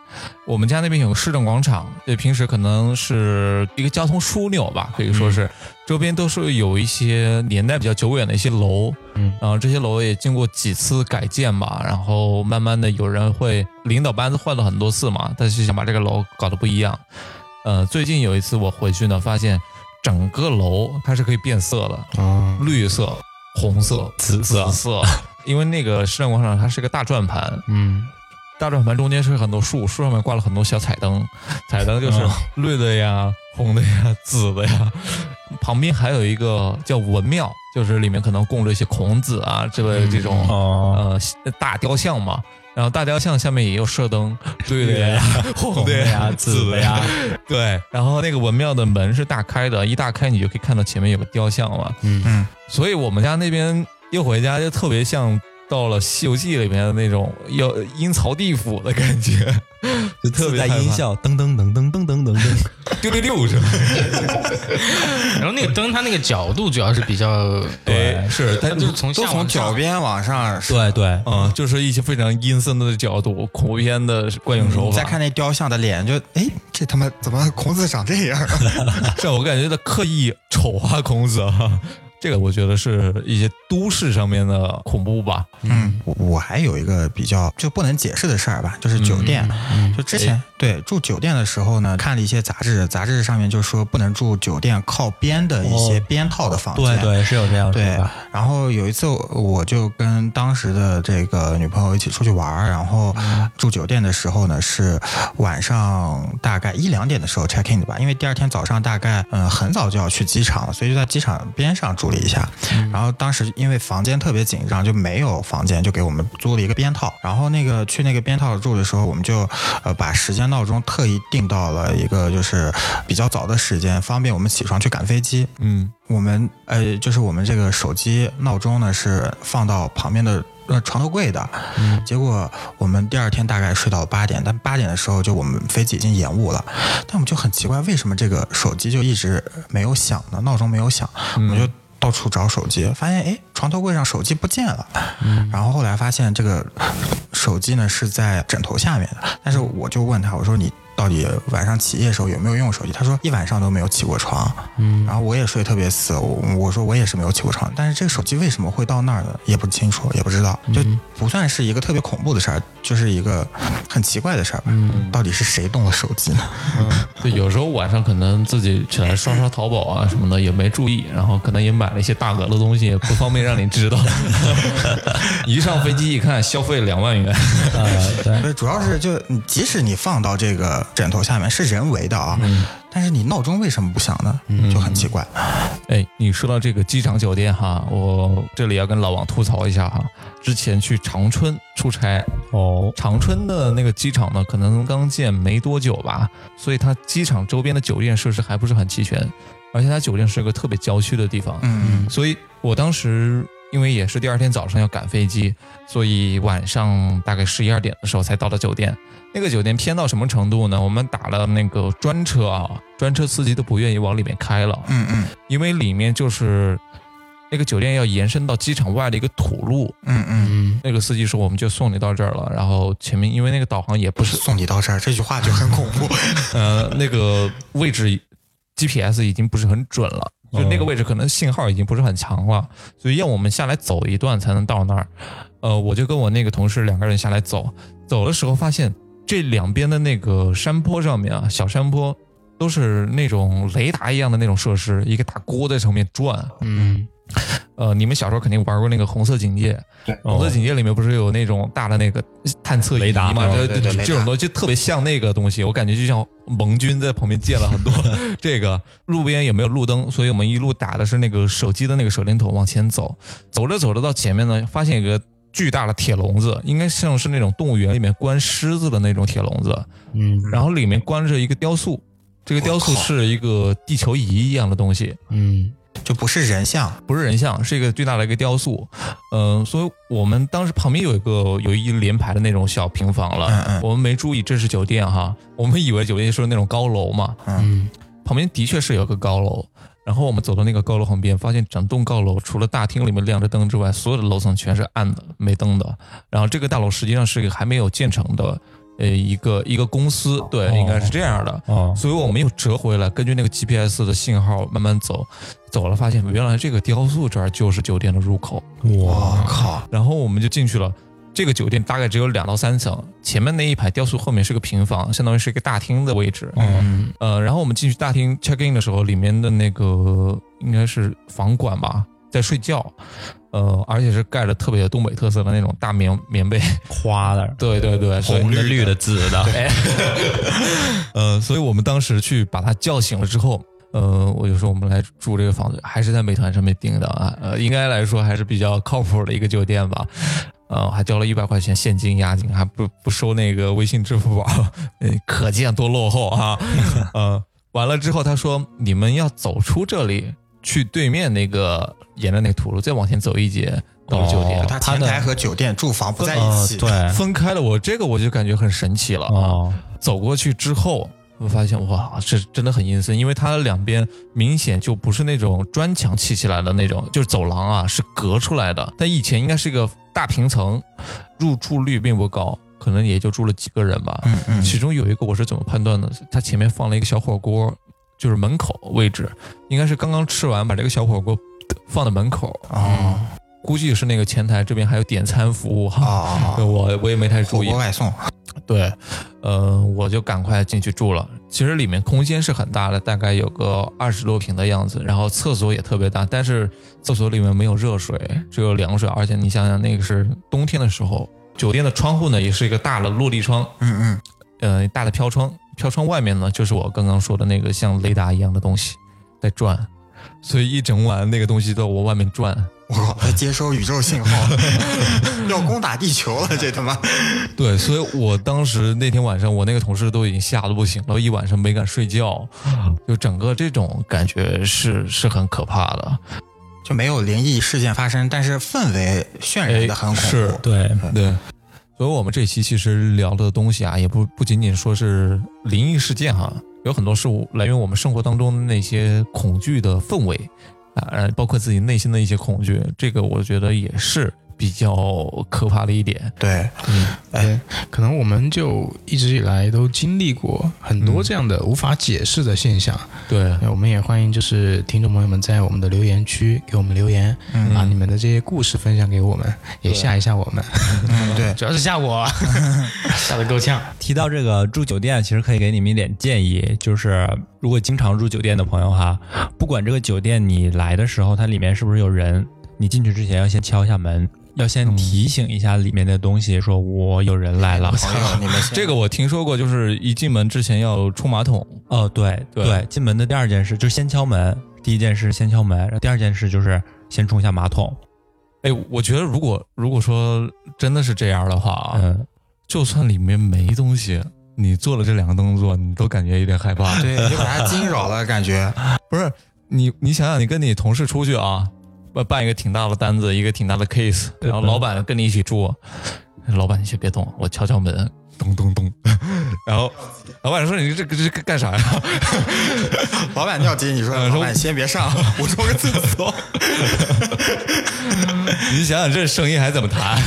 S1: 我们家那边有个市政广场，对，平时可能是一个交通枢纽吧，可以
S2: 嗯
S1: 说是、周边都是有一些年代比较久远的一些楼，
S2: 嗯
S1: 然后这些楼也经过几次改建吧，然后慢慢的有人会领导班子换了很多次嘛，但是想把这个楼搞得不一样。呃，最近有一次我回去呢，发现整个楼它是可以变色的，
S2: 哦，
S1: 绿色、红色、紫色、紫色， 因为那个市政广场它是个大转盘，
S2: 嗯
S1: 大转盘中间是很多树，树上面挂了很多小彩灯， 彩灯就是
S3: 嗯
S1: 绿的呀、红的呀、 紫的呀。旁边还有一个叫文庙，就是里面可能供着一些孔子啊之类的这种、
S3: 哦，
S1: 呃大雕像嘛。然后大雕像下面也有射灯，绿的呀、 红的
S2: 啊
S1: 呀、紫的 呀，对。然后那个文庙的门是大开的，一打开你就可以看到前面有个雕像嘛。
S2: 嗯
S1: 所以我们家那边一回家就特别像到了《西游记》里面的那种要阴曹地府的感觉，就特别
S3: 自带音效，噔噔噔噔噔噔噔噔，
S1: 六六六是吧？
S2: 然后那个灯它那个角度主要是比较，
S1: 哎，是，它
S2: 它就是从
S4: 都
S2: 下
S4: 从
S2: 往
S4: 脚
S2: 上，
S4: 边往上。
S3: 对对，
S1: 嗯，就是一些非常阴森的角度，恐怖片的惯用手
S4: 你
S1: 法。
S4: 嗯再看那雕像的脸，就哎，这他妈怎么孔子长这样啊？
S1: 这 我感觉他刻意丑化孔子啊， 这个我觉得是一些都市上面的恐怖吧。
S4: 嗯，我我还有一个比较就不能解释的事儿吧，就是
S2: 嗯
S4: 酒店。就之前对住酒店的时候呢，看了一些杂志，杂志上面就说不能住酒店靠边的一些
S3: 哦
S4: 边套的房间。
S3: 对对，是有这样的
S4: 对
S3: 说法，，
S4: 然后有一次我就跟当时的这个女朋友一起出去玩儿，然后住酒店的时候呢是晚上大概一两点的时候 check in 的吧，因为第二天早上大概嗯、呃很早就要去机场了，所以就在机场边上住了一下。然后当时因为房间特别紧张，就没有房间，就给我们租了一个边套。然后那个去那个边套住的时候，我们就呃把时间闹钟特意定到了一个就是比较早的时间，方便我们起床去赶飞机。
S1: 嗯，
S4: 我们呃，就是我们这个手机闹钟呢是放到旁边的呃床头柜的，结果我们第二天大概睡到八点，但八点的时候就我们飞机已经延误了，但我们就很奇怪，为什么这个手机就一直没有响呢？闹钟没有响，我们就。到处找手机，发现哎，床头柜上手机不见了。然后后来发现这个手机呢是在枕头下面的，但是我就问他，我说你到底晚上起夜的时候有没有用手机？他说一晚上都没有起过床。然后我也睡得特别死，我我说我也是没有起过床，但是这个手机为什么会到那儿呢？也不清楚，也不知道，就不算是一个特别恐怖的事儿，就是一个很奇怪的事儿吧。到底是谁动了手机呢？
S1: 对，有时候晚上可能自己起来刷刷淘宝啊什么的，也没注意，然后可能也买了一些大额的东西，也不方便让你知道。 一上飞机一看，消费两万元，
S3: 呃，对，
S4: 对，主要是就你即使你放到这个枕头下面，是人为的啊。但是你闹钟为什么不响呢？就很奇怪。
S1: 哎，你说到这个机场酒店哈，我这里要跟老王吐槽一下哈。之前去长春出差，
S3: 哦，
S1: 长春的那个机场呢，可能刚建没多久吧，所以它机场周边的酒店设施还不是很齐全，而且它酒店是个特别郊区的地方，
S4: 嗯
S1: 所以我当时因为也是第二天早上要赶飞机，所以晚上大概十一二点的时候才到的酒店。那个酒店偏到什么程度呢？我们打了那个专车啊，专车司机都不愿意往里面开了，
S4: 嗯嗯
S1: 因为里面就是那个酒店要延伸到机场外的一个土路。
S4: 嗯嗯，
S2: 嗯，
S1: 那个司机说我们就送你到这儿了，然后前面因为那个导航也不是
S4: 送你到这儿这句话就很恐怖。
S1: 呃，那个位置 GPS 已经不是很准了，就那个位置可能信号已经不是很强了，所以要我们下来走一段才能到那儿。呃，我就跟我那个同事两个人下来走，走的时候发现这两边的那个山坡上面啊，小山坡都是那种雷达一样的那种设施，一个大锅在上面转。
S2: 嗯，
S1: 呃，你们小时候肯定玩过那个红色警戒，红色警戒里面不是有那种大的那个探测
S3: 雷达
S1: 仪嘛？
S3: 哦
S1: 这
S4: 对对
S1: 这
S4: 哦雷达
S1: 这种东西特别像那个东西，我感觉就像盟军在旁边建了很 多这个路边也没有路灯，所以我们一路打的是那个手机的那个手电筒往前走，走着走着到前面呢，发现一个巨大的铁笼子，应该像是那种动物园里面关狮子的那种铁笼子，
S2: 嗯，
S1: 然后里面关着一个雕塑，这个雕塑
S4: 我靠
S1: 是一个地球仪一样的东西，
S2: 嗯，
S4: 就不是人像，
S1: 不是人像，是一个巨大的一个雕塑。嗯、所以我们当时旁边有一个有一连排的那种小平房了，
S4: 嗯嗯
S1: 我们没注意这是酒店哈，我们以为酒店是那种高楼嘛，
S2: 嗯，
S1: 旁边的确是有个高楼。然后我们走到那个高楼旁边，发现整栋高楼除了大厅里面亮着灯之外，所有的楼层全是暗的，没灯的。然后这个大楼实际上是一个还没有建成的，呃，一个一个公司，对，
S3: 哦
S1: 应该是这样的。
S3: 哦，
S1: 所以我们又折回来，根据那个 GPS 的信号慢慢走，走了发现原来这个雕塑这儿就是酒店的入口，
S4: 我靠，
S1: 然后我们就进去了。这个酒店大概只有两到三层，前面那一排雕塑后面是个平房，相当于是一个大厅的位置。
S2: 嗯，
S1: 呃，然后我们进去大厅 check in 的时候，里面的那个应该是房管吧，在睡觉，呃，而且是盖着特别有东北特色的那种大棉棉被。
S3: 花的
S1: 对对对，所以
S3: 红的、绿的、紫的，
S1: 哎，呃，所以我们当时去把他叫醒了之后，呃，我就说我们来住这个房子，还是在美团上面订的啊，呃，应该来说还是比较靠谱的一个酒店吧。呃，还交了一百块钱现金押金，还不不收那个微信、支付宝， 呃，可见多落后 啊。呃，完了之后他说你们要走出这里，去对面那个沿着那土路再往前走一截到了酒店，
S3: 哦
S4: 它前台和酒店住房不在一
S3: 哦
S4: 起。
S3: 对，
S1: 分开了我，这个我就感觉很神奇 了啊。
S3: 哦，
S1: 走过去之后，我发现哇，这真的很阴森，因为它的两边明显就不是那种砖墙砌起来的那种，就是走廊啊是隔出来的。但以前应该是一个大平层，入住率并不高，可能也就住了几个人吧。
S4: 嗯嗯，
S1: 其中有一个我是怎么判断的？它前面放了一个小火锅，就是门口位置，应该是刚刚吃完，把这个小火锅放在门口，
S4: 哦
S1: 估计是那个前台这边还有点餐服务
S4: 哦
S1: 哈。对
S4: 哦，
S1: 我我也没太
S4: 火
S1: 注意
S4: 锅，外送，
S1: 对，呃，我就赶快进去住了。其实里面空间是很大的，大概有个二十多平的样子，然后厕所也特别大，但是厕所里面没有热水，只有凉水。而且你想想，那个是冬天的时候，酒店的窗户呢也是一个大的落地窗，
S4: 嗯嗯，
S1: 呃，大的飘窗，飘窗外面呢就是我刚刚说的那个像雷达一样的东西在转，所以一整晚那个东西都在我外面转。
S4: 我靠，它接收宇宙信号， 要攻打地球了，这他妈，
S1: 对，所以我当时那天晚上，我那个同事都已经吓得不行了，一晚上没敢睡觉，就整个这种感觉是是很可怕的。
S4: 就没有灵异事件发生，但是氛围渲染的很恐怖。
S1: 哎是
S3: 对，
S1: 对，所以我们这期其实聊的东西啊，也不不仅仅说是灵异事件哈、有很多是我来源于我们生活当中那些恐惧的氛围啊，呃包括自己内心的一些恐惧，这个我觉得也是比较可怕的一点。嗯
S4: 对，
S2: 哎，可能我们就一直以来都经历过很多这样的无法解释的现象，
S1: 对，
S2: 那我们也欢迎就是听众朋友们在我们的留言区给我们留言，
S4: 嗯
S2: 啊把你们的这些故事分享给我们，也吓一吓我们，
S4: 嗯对，
S2: 主要是吓我， 吓得够呛。
S3: 提到这个住酒店，其实可以给你们一点建议，就是如果经常住酒店的朋友哈，不管这个酒店你来的时候它里面是不是有人，你进去之前要先敲一下门，要先提醒一下里面的东西，说我有人来了。
S4: 朋友，你们先
S1: 这个我听说过，就是一进门之前要冲马桶，
S3: 哦，对
S1: 对
S3: 进门的第二件事就是先敲门，第一件事先敲门，然后第二件事就是先冲下马桶。
S1: 哎，我觉得如果如果说真的是这样的话啊，
S3: 嗯，
S1: 就算里面没东西，你做了这两个动作，你都感觉有点害怕。
S4: 对，你把他惊扰了，感觉
S1: 不是你，你想想，你跟你同事出去啊，办办一个挺大的单子，一个挺大的 case，然后老板跟你一起住，老板你先别动，我敲敲门，咚咚咚，然后老板说你这这这干啥呀？
S4: 老板尿急，你说
S1: 嗯说
S4: 老板先别上，我冲个厕所。
S1: 你想想这生意还怎么谈？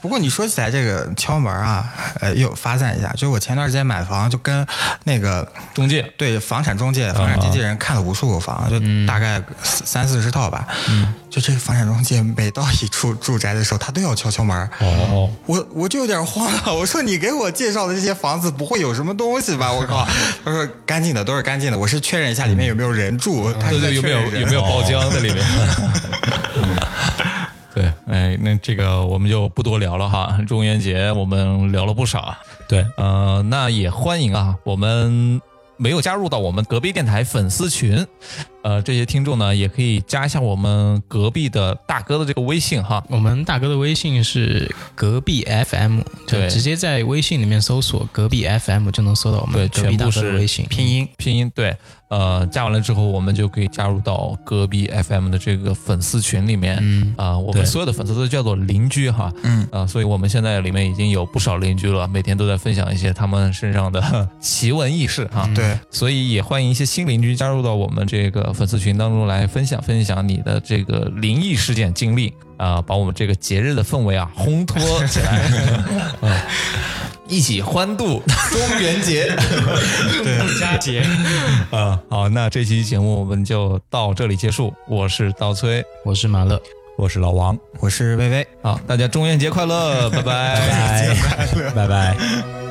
S4: 不过你说起来这个敲门啊，呃，又发散一下，就我前段时间买房，就跟那个
S1: 中介啊
S4: 对房产中介、房产经纪人看了无数个房，就大概四三四十套吧。
S1: 嗯
S4: 就这个房产中介每到一处住宅的时候，他都要敲敲门儿。
S3: 哦，
S4: 我我就有点慌了，我说你给我介绍的这些房子不会有什么东西吧？我 靠！他说干净的都是干净的，我是确认一下里面有没有人住，他
S1: 对
S4: 是
S1: 嗯
S4: 在
S1: 对，有
S4: 确
S1: 没有
S4: 认人
S1: 有没有包浆在里 面？对，哎，那这个我们就不多聊了哈。中元节我们聊了不少，
S3: 对，
S1: 呃，那也欢迎啊，我们没有加入到我们隔壁电台粉丝群，呃，这些听众呢也可以加一下我们隔壁的大哥的这个微信哈。
S2: 我们大哥的微信是隔壁 FM，
S1: 对
S2: 就直接在微信里面搜索隔壁 FM 就能搜到我
S1: 对
S2: 们隔壁大哥的微信
S1: 拼音拼音对，呃，加完了之后，我们就可以加入到隔壁 FM 的这个粉丝群里面。嗯啊、我们
S3: 对
S1: 所有的粉丝都叫做邻居哈。
S4: 嗯
S1: 啊、所以我们现在里面已经有不少邻居了，每天都在分享一些他们身上的 奇闻异事哈。
S4: 嗯对，
S1: 所以也欢迎一些新邻居加入到我们这个粉丝群当中来分享分享你的这个灵异事件经历啊、把我们这个节日的氛围啊烘托起来， 啊一起欢度中元节。
S2: 佳节，
S4: 嗯
S1: 啊，好，那这期节目我们就到这里结束。我是刀崔，
S2: 我是马乐。
S3: 我是老王，
S4: 我是薇薇。
S1: 哎好，大家中元节快乐，拜拜。
S3: 拜拜。